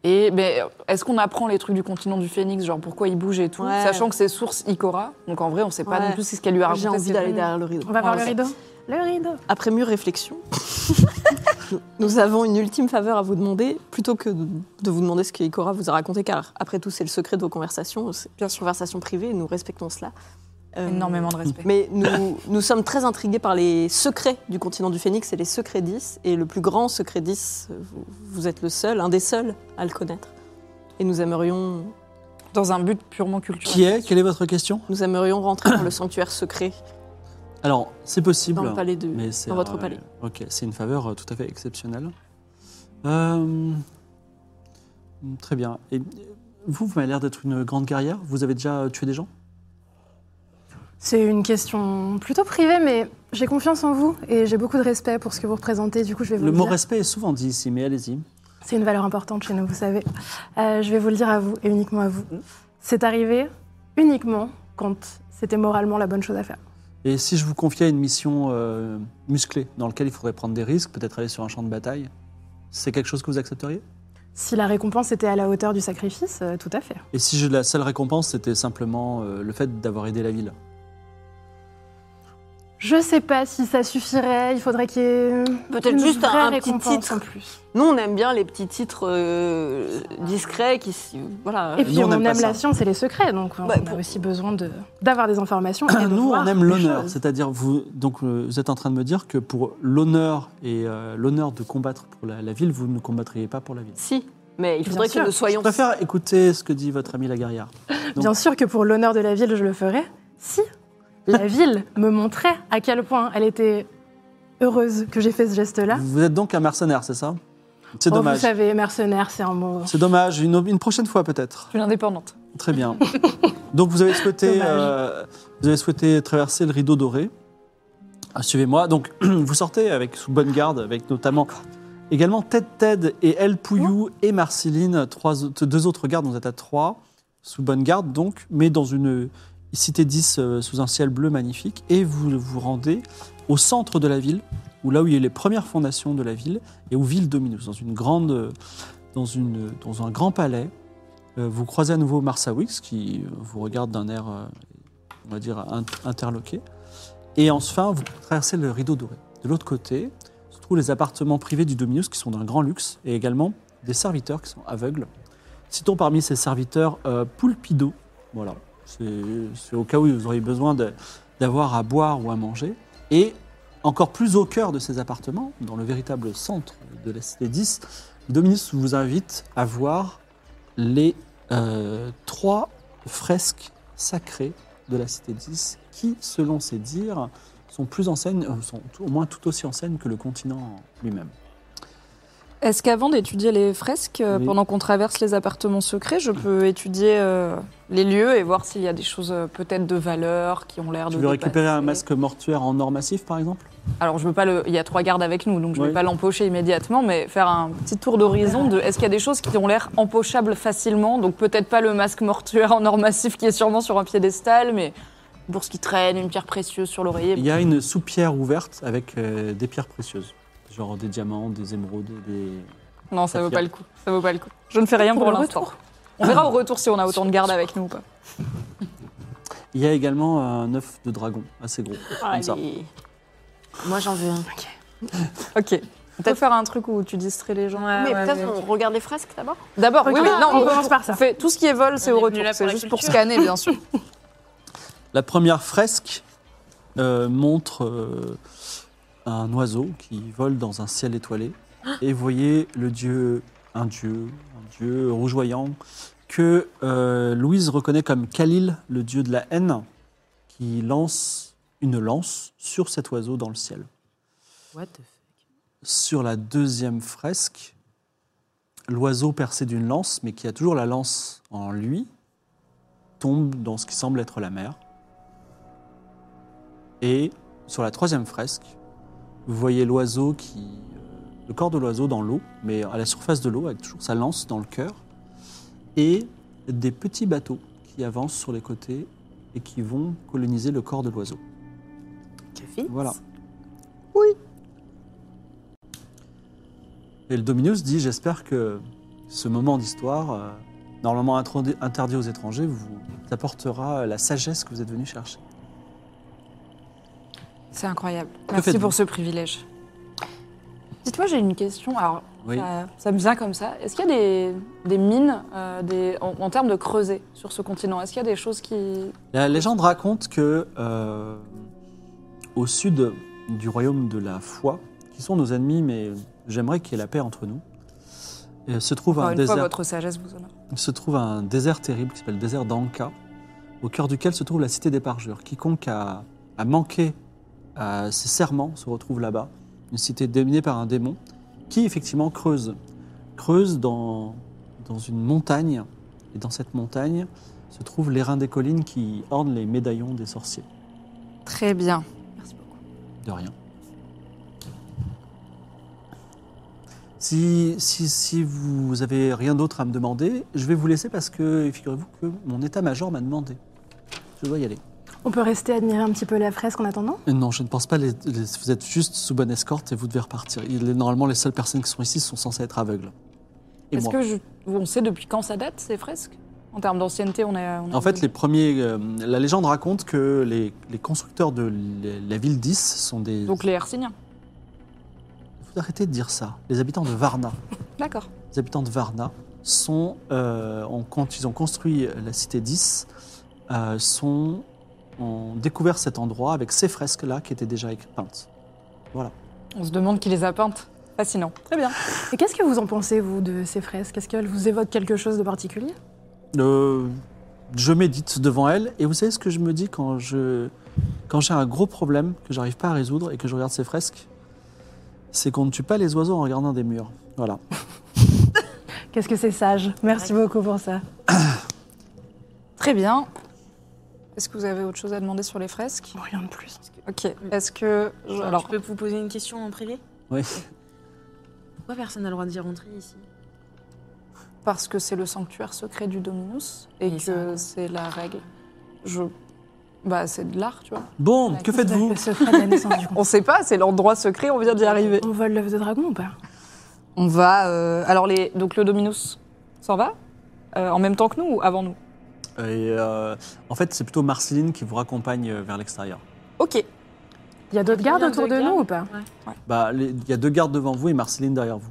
B: Et ben, est-ce qu'on apprend les trucs du continent du Phénix, genre pourquoi il bouge et tout,
D: Ouais.
B: sachant que c'est source Ikora, donc en vrai on sait pas
D: Ouais.
B: non plus ce qu'elle lui a raconté.
D: J'ai envie
B: c'est-
D: d'aller derrière le rideau.
E: On va voir le
B: Ouais.
E: rideau. Le rideau.
D: Après mûre réflexion, nous avons une ultime faveur à vous demander, plutôt que de de vous demander ce que Ikora vous a raconté, car après tout, c'est le secret de vos conversations, c'est bien sûr conversations privées, et nous respectons cela. Euh,
B: Énormément de respect.
D: Mais nous, nous sommes très intrigués par les secrets du continent du Phénix et les secrets 10. Et le plus grand secret 10, vous, vous êtes le seul, un des seuls à le connaître. Et nous aimerions,
B: Dans un but purement culturel.
A: Qui est Quelle est votre question
D: nous aimerions rentrer dans le sanctuaire secret,
A: Alors, c'est possible.
D: dans le palais de...
A: Mais c'est
D: dans votre
A: euh,
D: palais.
A: Ok, c'est une faveur euh, tout à fait exceptionnelle. Euh, très bien. Et, Vous, vous m'avez l'air d'être une grande guerrière. Vous avez déjà euh, tué des gens
E: C'est une question plutôt privée, mais j'ai confiance en vous et j'ai beaucoup de respect pour ce que vous représentez. Du coup, je vais vous
A: Le
E: le
A: mot
E: dire.
A: respect est souvent dit ici, mais allez-y.
E: C'est une valeur importante chez nous, vous savez. Euh, je vais vous le dire à vous et uniquement à vous.
A: Mm.
E: C'est arrivé uniquement quand c'était moralement la bonne chose à faire.
A: Et si je vous confiais une mission euh, musclée, dans laquelle il faudrait prendre des risques, peut-être aller sur un champ de bataille, c'est quelque chose que vous accepteriez
E: Si la récompense était à la hauteur du sacrifice, euh, tout à fait.
A: Et si je- la seule récompense, c'était simplement euh, le fait d'avoir aidé la ville
E: Je sais pas si ça suffirait, il faudrait qu'il y ait
D: Peut-être
E: une
D: juste un-
E: vraie
D: un petit
E: récompense
D: titre.
E: en plus.
D: Nous, on aime bien les petits titres euh, discrets qui. s- Voilà.
E: Et puis
A: Euh, Nous, on
E: on,
A: aime
E: aime,
A: pas ça.
E: la science et les secrets, donc euh, on
D: Bah,
E: a
D: pour-
E: aussi besoin de- d'avoir des informations. et de
A: Ah, Nous,
E: voir
A: on aime
E: les
A: l'honneur,
E: choses.
A: c'est-à-dire vous. Donc, euh, vous êtes en train de me dire que pour l'honneur et euh, l'honneur de combattre pour la, la ville, vous ne combattriez pas pour la ville.
D: Si, mais il
E: Bien
D: faudrait que
E: sûr.
D: nous
A: Je
D: soyons.
A: préfère écouter ce que dit votre ami la guerrière. Donc-
E: Bien sûr que pour l'honneur de la ville, je le ferais. Si la ville me montrait à quel point elle était heureuse que j'ai fait ce geste-là.
A: Vous êtes donc un mercenaire, c'est ça C'est
E: Oh, vous
A: dommage.
E: savez, mercenaire, c'est un mot.
A: C'est dommage. Une, une prochaine fois peut-être.
B: Je suis indépendante.
A: Très bien. Donc vous avez souhaité,
E: Dommage.
A: euh, vous avez souhaité traverser le rideau doré. Ah, Suivez-moi. Donc vous sortez avec sous bonne garde, avec notamment également Ted Ted et El Pouillou et Marceline, trois, autres- deux autres gardes. Vous êtes à trois sous bonne garde donc, mais dans une cité 10 euh, sous un ciel bleu magnifique. Et vous vous rendez au centre de la ville, où là où il y a les premières fondations de la ville et où Ville Dominus, dans une grande, euh, dans une, dans un grand palais. Euh, vous croisez à nouveau Marsawix qui euh, vous regarde d'un air, euh, on va dire, in- interloqué. Et enfin, vous traversez le rideau doré. De l'autre côté se trouvent les appartements privés du Dominus qui sont d'un grand luxe et également des serviteurs qui sont aveugles. Citons parmi ces serviteurs euh, Pulpido. Voilà, c'est c'est au cas où vous auriez besoin de- d'avoir à boire ou à manger. Et encore plus au cœur de ces appartements, dans le véritable centre de la cité 10, le Dominus vous invite à voir les euh, trois fresques sacrées de la cité 10 qui, selon ses dires, sont plus anciennes, euh, sont tout- au moins tout aussi anciennes que le continent lui-même.
B: Est-ce qu'avant d'étudier les fresques, euh,
A: Oui.
B: pendant qu'on traverse les appartements secrets, je peux étudier euh, les lieux et voir s'il y a des choses euh, peut-être de valeur qui ont l'air de.
A: Tu veux récupérer un
B: dépasser
A: masque mortuaire en or massif, par exemple
B: Alors, je veux pas le. Il y a trois gardes avec nous, donc je ne
A: Oui.
B: vais pas l'empocher immédiatement, mais faire un petit tour d'horizon de est-ce qu'il y a des choses qui ont l'air empochables facilement Donc, peut-être pas le masque mortuaire en or massif qui est sûrement sur un piédestal, mais une bourse qui traîne, une pierre précieuse sur
A: Il
B: l'oreiller.
A: y a une soupière ouverte avec euh, des pierres précieuses, genre des diamants, des émeraudes, des...
B: Non, ça vaut
A: Saphir.
B: pas le coup. Ça vaut pas le coup. Je ne fais rien
E: Pour
B: pour
E: le
B: l'instant. On verra au retour si on a autant de gardes avec nous ou pas.
A: Il y a également un œuf de dragon, assez gros, comme ça.
D: Allez. Moi, j'en veux un.
B: Ok. Peut-être faire un truc où tu distrais les gens.
D: mais peut-être on regarde les fresques d'abord.
B: D'abord, oui,
E: Ok,
B: mais non,
E: on
B: au
E: commence
B: retour.
E: par ça.
B: On fait tout ce qui est vol, c'est au
C: On est venu
B: retour.
C: là pour
B: C'est
C: la
B: juste pour
C: culture.
B: scanner, bien sûr.
A: La première fresque euh, montre euh, un oiseau qui vole dans un ciel étoilé. Et vous voyez le dieu, un dieu, un dieu rougeoyant, que euh, Louise reconnaît comme Khalil, le dieu de la haine, qui lance une lance sur cet oiseau dans le ciel. Sur la deuxième fresque, l'oiseau percé d'une lance, mais qui a toujours la lance en lui, tombe dans ce qui semble être la mer. Et sur la troisième fresque, vous voyez l'oiseau qui. euh, le corps de l'oiseau dans l'eau, mais à la surface de l'eau, avec toujours sa lance dans le cœur. Et des petits bateaux qui avancent sur les côtés et qui vont coloniser le corps de l'oiseau. Voilà. Oui. Et le Dominus dit J'espère que ce moment d'histoire, euh, normalement introdu- interdit aux étrangers, vous apportera la sagesse que vous êtes venu chercher.
B: C'est incroyable.
A: faites-vous
B: Merci pour ce privilège. Dites-moi, j'ai une question. Alors,
A: Oui.
B: ça, ça me vient comme ça. Est-ce qu'il y a des, des mines euh, des, en, en termes de creuset sur ce continent Est-ce qu'il y a des choses qui.
A: La légende raconte que euh, au sud du royaume de la foi, qui sont nos ennemis, mais j'aimerais qu'il y ait la paix entre nous, euh, se trouve
B: Encore
A: un
B: une
A: désert.
B: fois, votre sagesse vous honore.
A: se trouve un désert terrible qui s'appelle le désert d'Anka, au cœur duquel se trouve la cité des parjures. Quiconque a, a manqué à ses serments se retrouve là-bas, une cité dominée par un démon qui effectivement creuse, creuse dans, dans une montagne Et dans cette montagne se trouvent les reins des collines qui ornent les médaillons des sorciers.
B: Très bien.
A: De rien. Si, si, si vous avez rien d'autre à me demander, je vais vous laisser parce que figurez-vous que mon état-major m'a demandé. Je dois y aller.
E: On peut rester admirer un petit peu la fresque en attendant
A: Euh, Non, je ne pense pas. les- les- vous êtes juste sous bonne escorte et vous devez repartir. Il est- normalement, les seules personnes qui sont ici sont censées être aveugles. Et
B: Est-ce
A: moi.
B: que je- on sait depuis quand ça date ces fresques En termes d'ancienneté, on est. on est-
A: En fait, les premiers, euh, la légende raconte que les, les constructeurs de la- la ville 10 sont des...
B: donc les Hercyniens.
A: Vous arrêtez de dire ça. Les habitants de Varna.
B: D'accord.
A: les habitants de Varna sont, euh, ont- quand ils ont construit la cité 10, euh, sont, ont découvert cet endroit avec ces fresques-là qui étaient déjà peintes.
B: On se demande qui les a peintes. Fascinant. Très bien.
E: Et qu'est-ce que vous en pensez, vous, de ces fresques Est-ce qu'elles vous évoquent quelque chose de particulier
A: Euh, je médite devant elle et vous savez ce que je me dis quand je quand j'ai un gros problème que j'arrive pas à résoudre et que je regarde ces fresques, c'est qu'on ne tue pas les oiseaux en regardant des murs. Voilà.
E: Qu'est-ce que c'est sage Merci beaucoup pour ça.
B: Très bien. Est-ce que vous avez autre chose à demander sur les fresques
E: Rien de plus.
B: Ok. Est-ce que je-
C: Alors,
B: alors
C: je peux vous poser une question en privé
A: Oui.
C: Pourquoi personne n'a le droit d'y rentrer ici
B: parce que c'est le sanctuaire secret du Dominus et que c'est la règle. Je bah c'est de l'art, tu vois.
A: Bon, que faites-vous
E: Le secret de la naissance du
B: On sait pas, c'est l'endroit secret, on vient d'y arriver.
E: On vole l'œuf de dragon ou pas
B: On va euh, alors les donc le Dominus s'en va Euh, en même temps que nous ou avant nous
A: Et, euh, En fait, c'est plutôt Marceline qui vous raccompagne euh, vers l'extérieur.
B: OK.
E: Il y a d'autres gardes autour de, nous ou pas
A: Bah, les- il y a deux gardes devant vous et Marceline derrière vous.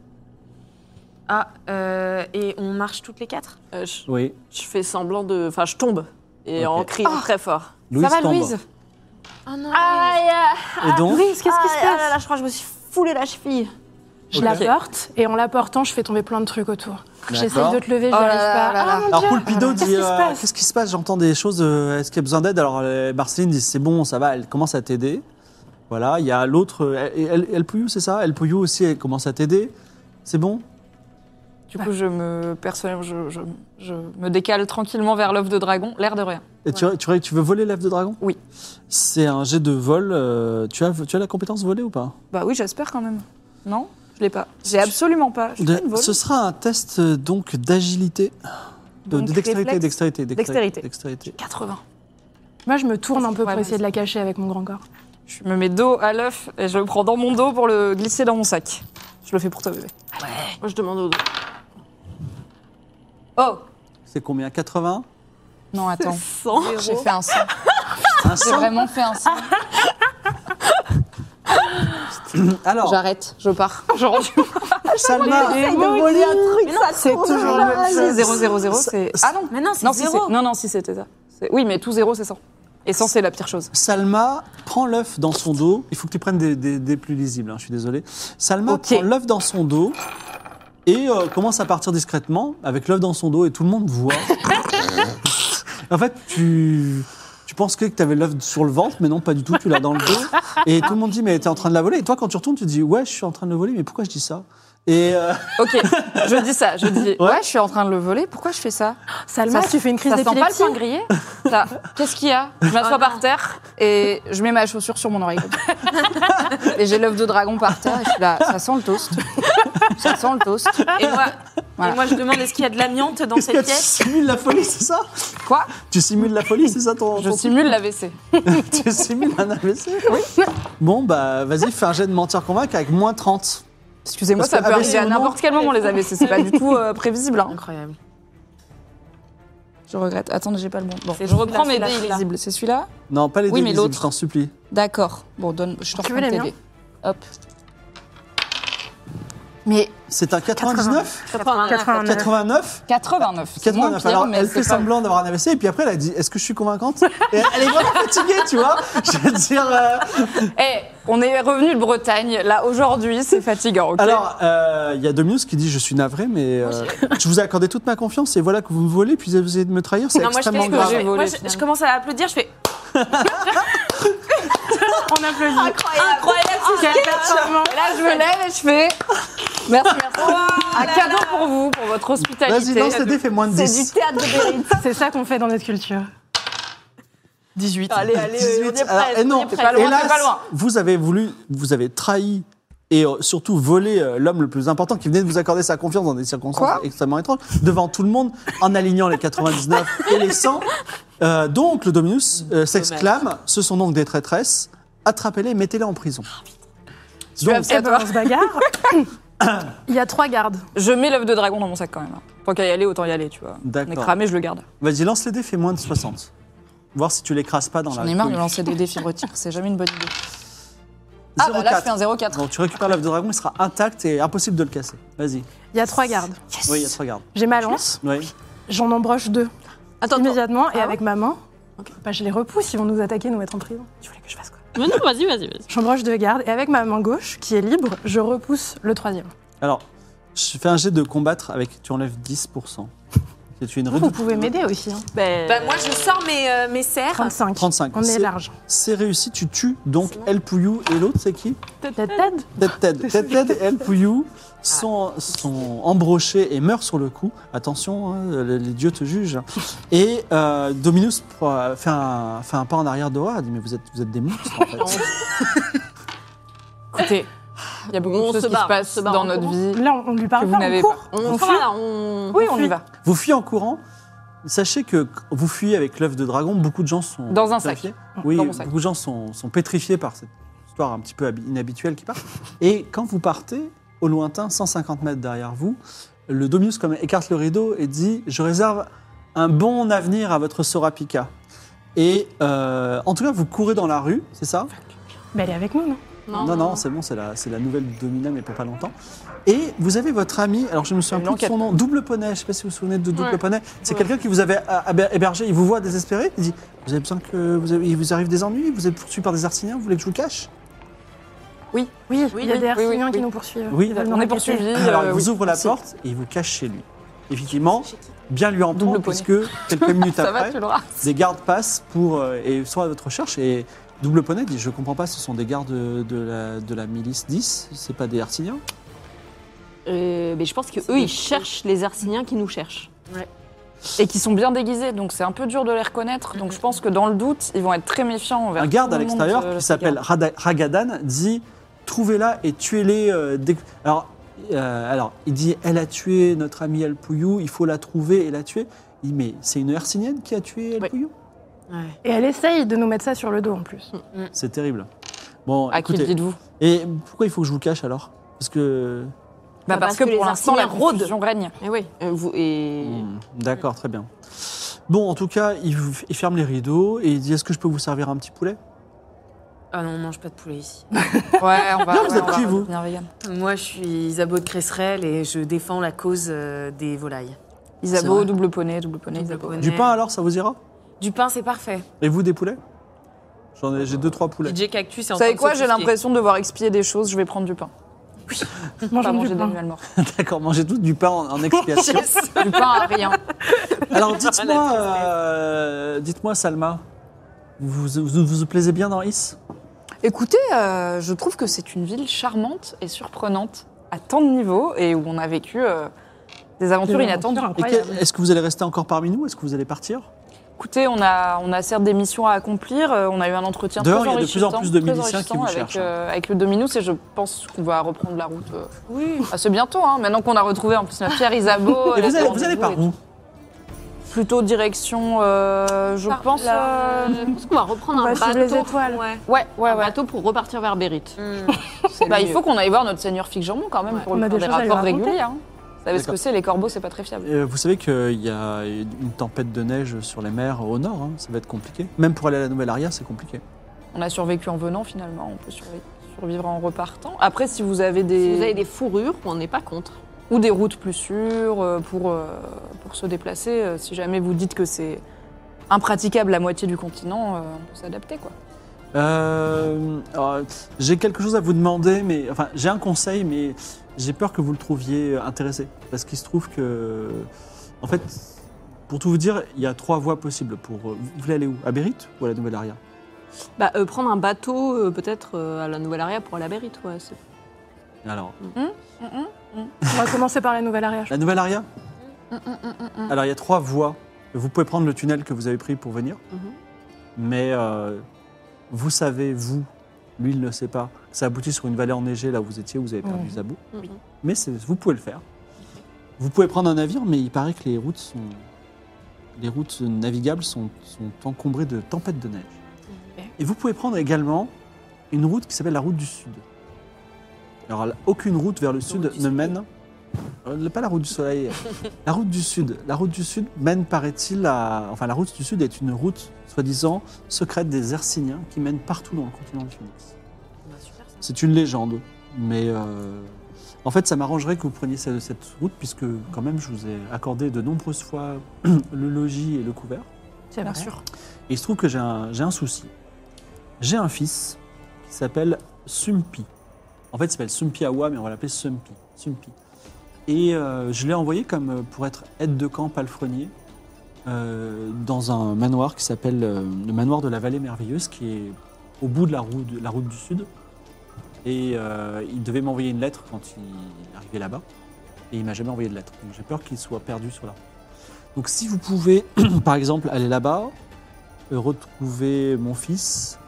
C: Ah, euh, et on marche toutes les quatre
G: Euh, je,
A: Oui.
G: je fais semblant de. Enfin, je tombe. Et
A: Ok.
G: en
B: Ah
G: criant très fort.
A: Louise
B: Ça va
A: tombe.
B: Louise Ah,
C: Oh non
A: Et donc,
G: Louise, qu'est-ce qui se passe
E: passe
G: ah Je crois que je me suis foulé la cheville.
E: Je
A: Ok.
E: la porte et en la portant, je fais tomber plein de trucs autour. J'essaye
A: D'accord.
E: de te lever, j'y
B: Oh là
E: arrive
B: là là
E: pas.
B: là.
E: Ah, mon
A: alors
E: Dieu.
A: Poulpido
E: Qu'est-ce
A: dit
E: qui se
A: euh,
E: passe
A: Qu'est-ce qui se passe J'entends des choses. euh, Est-ce qu'il y a besoin d'aide Alors euh, Marceline dit C'est bon, ça va, elle commence à t'aider. Voilà, il y a l'autre. euh, Elle, elle, elle Pouillou, c'est ça Elle Pouillou aussi, elle commence à t'aider. C'est bon
B: Du coup, je me personnellement, je, je- je me décale tranquillement vers l'œuf de dragon, l'air de rien.
A: Et tu, tu, tu veux voler l'œuf de dragon
B: Oui.
A: C'est un jet de vol. euh, tu, as, tu as la compétence voler ou pas
B: Bah oui, j'espère quand même. Non, je l'ai pas. J'ai absolument pas. Je suis pas une voleuse.
A: Ce sera un test euh, donc d'agilité. De,
B: Donc,
A: de dextérité,
B: réflexe.
A: dextérité,
B: Dextérité.
A: dextérité.
B: 80.
E: Moi, je me tourne un peu
B: Ouais,
E: pour essayer de la cacher avec mon grand corps.
B: Je me mets dos à l'œuf et je le prends dans mon dos pour le glisser dans mon sac. Je le fais pour toi, bébé.
G: Moi, je demande aux autres.
B: Oh
A: C'est combien 80
B: Non, attends.
G: Cent.
B: J'ai fait un sang.
A: Un cent
B: vraiment fait un sang.
A: Alors,
B: J'arrête, je pars. Ah, Je rentre.
A: Salma,
C: Mais non, c'est toujours
A: le même jeu.
B: 0, 0, 0, c'est. Ah non
C: Mais non,
B: Non,
C: c'est
B: si,
C: zéro
B: c'est- non, non, si c'était ça. C'est- Oui, mais tout 0, c'est 100. Et 100, c'est la pire chose.
A: Salma prend l'œuf dans son dos. Il faut que tu prennes des, des- des plus lisibles, hein, je suis désolé. Salma
G: Ok.
A: prend l'œuf dans son dos et euh, commence à partir discrètement avec l'œuf dans son dos et tout le monde voit. en fait, tu, tu penses que, tu avais l'œuf sur le ventre, mais non, pas du tout, tu l'as dans le dos. Et tout le monde dit, mais t'es en train de la voler. Et toi, quand tu retournes, tu dis, ouais, je suis en train de le voler, mais pourquoi je dis ça Et euh,
B: Ok, je dis ça. Je dis, ouais, je suis en train de le voler. Pourquoi je fais ça
E: Salma,
B: Ça-
E: tu fais une crise
B: Ça sent pas le
E: d'épilepsie
B: pain grillé Ça, Qu'est-ce qu'il y a Je m'assois par terre et je mets ma chaussure sur mon oreille. comme ça. et j'ai l'œuf de dragon par terre et je suis là, ça sent le toast. Ça sent le toast.
C: Et moi,
B: Voilà.
C: et moi, je demande est-ce qu'il y a de l'amiante dans cette
A: tu
C: pièce
A: simules la folie, c'est ça
B: Quoi
A: Tu simules la folie, c'est ça ton,
B: Je
A: ton-
B: simule l'AVC.
A: Tu simules un AVC Oui. Bon, bah, vas-y, fais un jet de mentir convaincre avec moins 30.
B: Excusez-moi,
A: Parce
B: ça
A: que
B: peut
A: AVC
B: arriver à
A: ou non
B: n'importe quel moment les AVC. C'est pas du tout euh, prévisible. hein.
C: Incroyable.
B: Je regrette. Attendez, j'ai pas le bon. Bon,
C: C'est
B: je reprends mes
C: celui-là,
B: dés
C: celui-là.
B: illisibles. C'est celui-là
A: Non, pas les
B: Oui,
A: deux
B: mais
A: visibles,
B: l'autre.
A: je t'en supplie.
B: D'accord. Bon, donne. Je te
E: Tu
B: reprends
E: veux les
B: tes
E: miens
B: dés. Hop.
A: C'est un 99
E: Ah,
A: 89
E: 89.
B: 89. c'est
A: 89.
B: moins pire,
A: Alors,
B: mais
A: elle
B: c'est
A: fait
B: pas-
A: semblant d'avoir un AVC, et puis après, elle a dit Est-ce que je suis convaincante Et elle est vraiment fatiguée, tu vois. Je veux dire. euh,
B: Eh, on est revenu de Bretagne. Là, aujourd'hui, c'est fatigant. ok
A: Alors, euh, il y a Dominus qui dit Je suis navré, mais euh, je vous ai accordé toute ma confiance, et voilà que vous me volez, puis vous essayez de me trahir, c'est
C: Non, moi, je, fais-
A: extrêmement
C: je-
A: grave.
C: je- moi, je- je
B: finalement.
C: commence à applaudir, je fais. On applaudit. Incroyable. Incroyable, c'est
B: Ah,
E: Quelle performance
B: Là, je me lève et je fais. Merci, merci. Un cadeau pour vous, pour votre
A: Vas-y,
B: hospitalité.
A: lance le dé, fais moins de 10.
D: théâtre de vérité.
E: C'est ça qu'on fait dans notre culture.
A: 18.
D: Allez, allez, on
A: 18.
D: est presque,
A: Alors, et
D: on
A: non,
D: est presque. Pas loin,
A: hélas,
D: c'est pas loin.
A: vous avez voulu, vous avez trahi et euh, surtout volé euh, l'homme le plus important qui venait de vous accorder sa confiance dans des circonstances extrêmement étranges, devant tout le monde, en alignant les 99 et les 100. Euh, donc, le Dominus euh, s'exclame, ce sont donc des traîtresses, attrapez-les, mettez-les en prison. Donc,
E: Eh ben, on se bagarre. Il y a trois gardes.
B: Je mets l'œuf de dragon dans mon sac quand même. hein. Tant qu'à y aller, autant y aller, tu vois. On est
A: D'accord.
B: cramé, je le garde.
A: vas-y, lance les dés, fais moins de 60. Voir si tu l'écrases pas dans la...
B: J'en ai marre de
A: cohue.
B: lancer des défis retire, c'est jamais une bonne idée. Ah, bah là,
A: 04.
B: je fais un 0,4.
A: Donc, tu récupères l'œuf de dragon, il sera intact et impossible de le casser. Vas-y.
E: Il y a trois gardes.
A: Oui, il y a trois gardes.
E: J'ai ma lance,
A: Oui.
E: j'en embroche deux
D: Attends, attends.
E: immédiatement et avec ma main, bah, je les repousse, ils vont nous attaquer, nous mettre en prison. Tu voulais que je fasse quoi
H: Mais non, vas-y, vas-y, vas-y.
E: J'embroche deux gardes et avec ma main gauche, qui est libre, je repousse le troisième.
A: Alors, je fais un jet de combattre avec. Tu enlèves 10%. Si tu es une
E: Vous, vous
A: redoute.
E: pouvez m'aider aussi. hein.
D: Ben,
C: Bah, moi, je sors mes, euh, mes serres.
E: 35.
A: 35.
E: On est
A: C'est-
E: large.
A: C'est réussi, tu tues donc El Pouyou et l'autre, c'est qui
E: Ted, Ted,
A: Ted Ted. Ted Ted et El Pouyou sont, sont embrochés et meurent sur le coup. Attention, hein, les, les dieux te jugent. Et euh, Dominus euh, fait un, fait un pas en arrière d'Oa. Elle dit Mais vous êtes, vous êtes des monstres en fait.
B: Écoutez, il y a beaucoup
D: On
B: de choses
D: se
B: qui
D: barre,
B: se
D: on
B: passent
D: se barre,
B: dans
D: on
B: notre
D: court.
B: vie.
E: Là, on on lui
B: Que
E: parle
B: vous
E: pas,
B: n'avez
E: on court.
D: on va là, on...
B: Oui, on y va.
A: Vous fuyez en courant. Sachez que vous fuyez avec l'œuf de dragon. Beaucoup de gens sont.
B: Dans un sac.
A: terrifiés. Oui,
B: Dans mon sac.
A: beaucoup de gens sont, sont pétrifiés par cette histoire un petit peu habi- inhabituelle qui part. Et quand vous partez, au lointain, 150 mètres derrière vous, le Dominus comme écarte le rideau et dit Je réserve un bon avenir à votre Sorapika. Et euh, en tout cas, vous courez dans la rue, c'est ça
E: Mais elle est avec nous, non
D: Non,
A: non, non, c'est bon, c'est la, c'est la nouvelle Domina, mais pour pas longtemps. Et vous avez votre ami, alors je me souviens plus de son nom, Double Poney, je sais pas si vous vous souvenez de Double
D: Ouais.
A: Poney. C'est
D: Ouais.
A: quelqu'un qui vous avait ah, ah, hébergé, il vous voit désespéré, il dit Vous avez besoin que. Vous avez- il vous arrive des ennuis Vous êtes poursuivi par des Arsiniens Vous voulez que je vous cache
E: Oui, il y a des
B: oui,
E: Herciniens
B: oui.
E: qui nous poursuivent.
A: Oui.
E: Ils veulent nous
B: On est
E: raqueter.
B: poursuivis.
A: Alors il
B: euh,
A: vous
B: oui.
A: ouvre la
B: Merci.
A: porte et il vous cache chez lui. Effectivement, bien lui en prendre,
B: Poney.
A: puisque quelques minutes
B: Ça va,
A: après,
B: tu l'auras.
A: des gardes passent pour, euh, et sont à votre recherche. Et Double Poney dit Je comprends pas, ce sont des gardes de la, de la milice 10, c'est pas des Arsiniens
D: Euh, mais je pense que eux, ils cherchent les Arsiniens qui nous cherchent.
B: Et qui sont bien déguisés, donc c'est un peu dur de les reconnaître. Donc je pense que dans le doute, ils vont être très méfiants envers.
A: Un garde
B: tout
A: à
B: le monde,
A: l'extérieur
B: euh,
A: qui
B: ces
A: s'appelle
B: gardes.
A: Rada- Ragadan dit Trouvez-la et tuez-les. euh, dès que- alors, euh, alors, il dit Elle a tué notre ami El Pouyou, il faut la trouver et la tuer. Il dit Mais c'est une Hercinienne qui a tué El
D: Oui.
A: Pouyou
E: Et elle essaye de nous mettre ça sur le dos en plus.
A: C'est terrible. Bon,
C: Bah,
B: À qui le
A: écoutez.
B: dites-vous
A: et pourquoi il faut que je vous cache alors Parce que.
B: bah parce, que,
D: les
B: pour l'instant, la
D: Arsiniens rôdent.
B: confusion règne.
D: Et oui. euh, vous- et...
A: Hmm, D'accord, très bien. Bon, en tout cas, il, vous- il ferme les rideaux et il dit Est-ce que je peux vous servir un petit poulet
C: Ah non, on mange pas de poulet ici.
B: Ouais, on va.
A: Non, vous
B: ouais,
A: êtes
B: on va
A: qui, vous
B: redevenir vegan.
C: Moi, je suis Isabeau de Cresserelle et je défends la cause euh, des volailles. C'est
B: Isabeau,
C: vrai.
B: double poney, double poney, Isabeau.
A: Du pain alors, ça vous ira
C: Du pain, c'est parfait.
A: Et vous, des poulets J'en ai, j'ai deux, trois poulets.
C: DJ Cactus est en
B: Vous
C: train
B: savez
C: de
B: quoi J'ai
C: s'offusquer.
B: l'impression de devoir expier des choses, je vais prendre du pain. Pas
E: Mangeons
B: manger
E: du pain.
B: d'animal mort.
A: D'accord, mangez tout du pain en, en expiation.
B: Du pain à rien.
A: Alors dites-moi, euh, dites-moi Salma, vous vous, vous vous plaisez bien dans Is
B: Écoutez, euh, je trouve que c'est une ville charmante et surprenante à tant de niveaux et où on a vécu euh, des aventures
E: Des
B: inattendues.
E: aventures
A: Et que-
E: Incroyable.
A: Est-ce que vous allez rester encore parmi nous Est-ce que vous allez partir
B: Écoutez, on a, on a certes des missions à accomplir, euh, on a eu un entretien
A: Dehors,
B: très
A: il y a de plus en
B: enrichissant,
A: plus de
B: très
A: miliciens qui vous
B: enrichissant avec,
A: cherchent, hein.
B: euh, avec le Dominus et je pense qu'on va reprendre la route euh, assez bientôt. hein, maintenant qu'on a retrouvé en plus notre Pierre Isabeau.
A: Et vous
B: elle a
A: allez,
B: fait
A: vous allez
B: rendez-vous
A: par
B: et
A: où
B: tout. Plutôt direction, euh, je pense... euh,
D: Je pense qu'on va reprendre
E: On
D: un
E: va suivre les
D: bateau.
E: étoiles.
B: Ouais, ouais,
D: Un
B: ouais.
D: bateau pour repartir vers Bérite.
B: Bah, il faut qu'on aille voir notre seigneur Figgermont quand même pour
E: On
B: lui
E: a
B: faire
E: des
B: des
E: choses à lui
B: rapports
E: raconter.
B: réguliers. hein. Vous savez ce
A: D'accord.
B: que c'est, les corbeaux, c'est pas très fiable.
A: Euh, Vous savez qu'il y a une tempête de neige sur les mers au nord, hein, ça va être compliqué. Même pour aller à la Nouvelle-Aria, c'est compliqué.
B: On a survécu en venant finalement, on peut survi- survivre en repartant. Après, si vous avez des,
D: Si vous avez des fourrures, on n'est pas contre.
B: ou des routes plus sûres euh, pour, euh, pour se déplacer, euh, si jamais vous dites que c'est impraticable la moitié du continent, euh, on peut s'adapter quoi.
A: Euh, alors, j'ai quelque chose à vous demander, mais enfin, j'ai un conseil, mais j'ai peur que vous le trouviez intéressé, parce qu'il se trouve que, en fait, pour tout vous dire, il y a trois voies possibles. Pour euh, vous voulez aller où À Bérite ou à la Nouvelle Aria
D: Bah, euh, prendre un bateau, euh, peut-être, euh, à la Nouvelle-Aria pour aller à Bérite, ouais. c'est-
A: Alors,
E: On va commencer par la nouvelle aria.
A: la nouvelle aria Alors, il y a trois voies. Vous pouvez prendre le tunnel que vous avez pris pour venir. Mais euh, vous savez, vous, lui, il ne sait pas. Ça aboutit sur une vallée enneigée, là où vous étiez, où vous avez perdu Zabou.
D: Mm-hmm.
A: Mais c'est- vous pouvez le faire. Vous pouvez prendre un navire, mais il paraît que les routes sont... Les routes navigables sont, sont encombrées de tempêtes de neige. Et vous pouvez prendre également une route qui s'appelle la route du Sud. Alors, là, aucune route vers le sud ne mène... Euh, Pas la route du soleil, la route du Sud. La route du Sud mène, paraît-il, à... Enfin, la route du Sud est une route, soi-disant, secrète des Hercyniens qui mène partout dans le continent du Phoenix. C'est une légende, mais... euh, En fait, ça m'arrangerait que vous preniez ce- cette route, puisque quand même, je vous ai accordé de nombreuses fois le logis et le couvert.
E: C'est bien sûr.
A: Et il se trouve que j'ai un, j'ai un souci. J'ai un fils qui s'appelle Sumpi. En fait, il s'appelle Sumpi Awa, mais on va l'appeler Sumpi. Sumpi. Et euh, je l'ai envoyé comme euh, pour être aide de camp palefrenier euh, dans un manoir qui s'appelle euh, le manoir de la Vallée Merveilleuse, qui est au bout de la route, de la route du Sud. Et euh, il devait m'envoyer une lettre quand il arrivait là-bas. Et il m'a jamais envoyé de lettre. Donc j'ai peur qu'il soit perdu sur la route. Donc si vous pouvez, par exemple, aller là-bas, euh, retrouver mon fils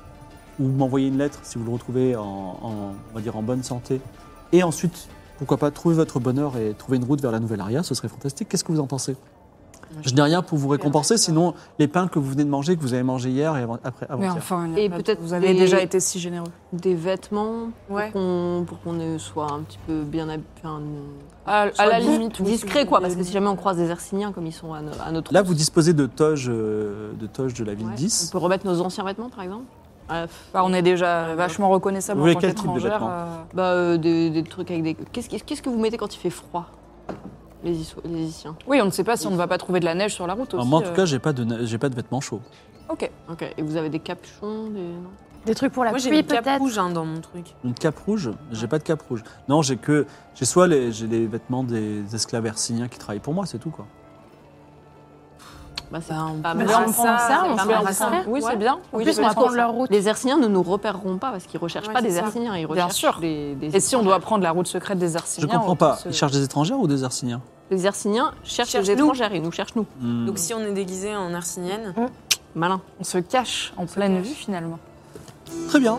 A: ou m'envoyer une lettre si vous le retrouvez en, en- on va dire en bonne santé. Et ensuite, pourquoi pas trouver votre bonheur et trouver une route vers la nouvelle aria, ce serait fantastique. Qu'est-ce que vous en pensez Je n'ai rien pour vous récompenser, sinon les pains que vous venez de manger, que vous avez mangé hier et avant- après
F: Mais
A: avant-hier.
F: enfin, il y a
D: Et
F: pas de-
D: peut-être
F: vous avez
D: des-
F: déjà été si généreux.
D: Des vêtements
F: Ouais.
D: pour qu'on- pour qu'on ait- soit un petit peu bien hab- enfin,
F: À,
D: soit
F: la
D: dis-
F: limite,
D: discret quoi, parce que si jamais on croise des Hercyniens comme ils sont à, no- à notre
A: Là, vous disposez de toges euh, de, toges de la ville
D: Ouais. On
A: 10.
D: peut remettre nos anciens vêtements par exemple. Ah, f-
B: Bah,
F: on est déjà vachement reconnaissable
A: Vous voulez
F: en tant
A: quel type de
F: qu'étrangère.
A: vêtements
F: euh,
D: bah, euh, des, des trucs avec des. Qu'est-ce que- qu'est-ce que vous mettez quand il fait froid, les, Iso- les Isiens
F: Oui, on ne sait pas si on ne va pas trouver de la neige sur la route
A: Alors,
F: aussi.
A: Ah, moi, en tout
F: euh.
A: cas, j'ai pas de, na- j'ai pas de vêtements chauds.
F: Ok.
D: Ok. Et vous avez des capuchons, des. non
E: Des trucs pour la
C: Moi, j'ai
E: pluie
C: une cape
E: peut-être.
C: rouge hein, dans mon truc.
A: Une cape rouge J'ai pas de cape rouge. Non, j'ai que. J'ai soit les, j'ai les vêtements des esclaves hercyniens qui travaillent pour moi, c'est tout quoi.
D: Bah, c'est
C: Bah, on
B: Ah,
D: pas
C: peut
D: mal.
C: leur
E: on prend ça,
D: c'est
E: on
D: pas
E: se
D: mal,
E: leur
D: ça.
E: offre.
F: Oui,
D: Ouais.
F: c'est bien.
E: En
F: Oui,
E: plus,
F: c'est
E: on va
F: bien.
E: prendre leur route.
D: Les Hercyniens ne nous repéreront pas parce qu'ils recherchent
C: Ouais,
D: pas des
C: c'est ça.
D: Hercyniens, ils
F: Bien
D: recherchent
F: sûr.
D: des, des
F: Et si on
D: étrangers.
F: doit prendre la route secrète des
A: Je
F: Arciniens
A: comprends pas.
B: euh,
A: Ils cherchent des étrangères ou des hercyniens
D: Les Hercyniens cherchent,
C: Cherchent
D: les
C: nous.
D: étrangères, ils nous cherchent nous.
A: Hmm.
C: Donc si on est déguisé en arsinienne,
D: Malin.
F: On se cache en pleine vue finalement.
A: Très bien.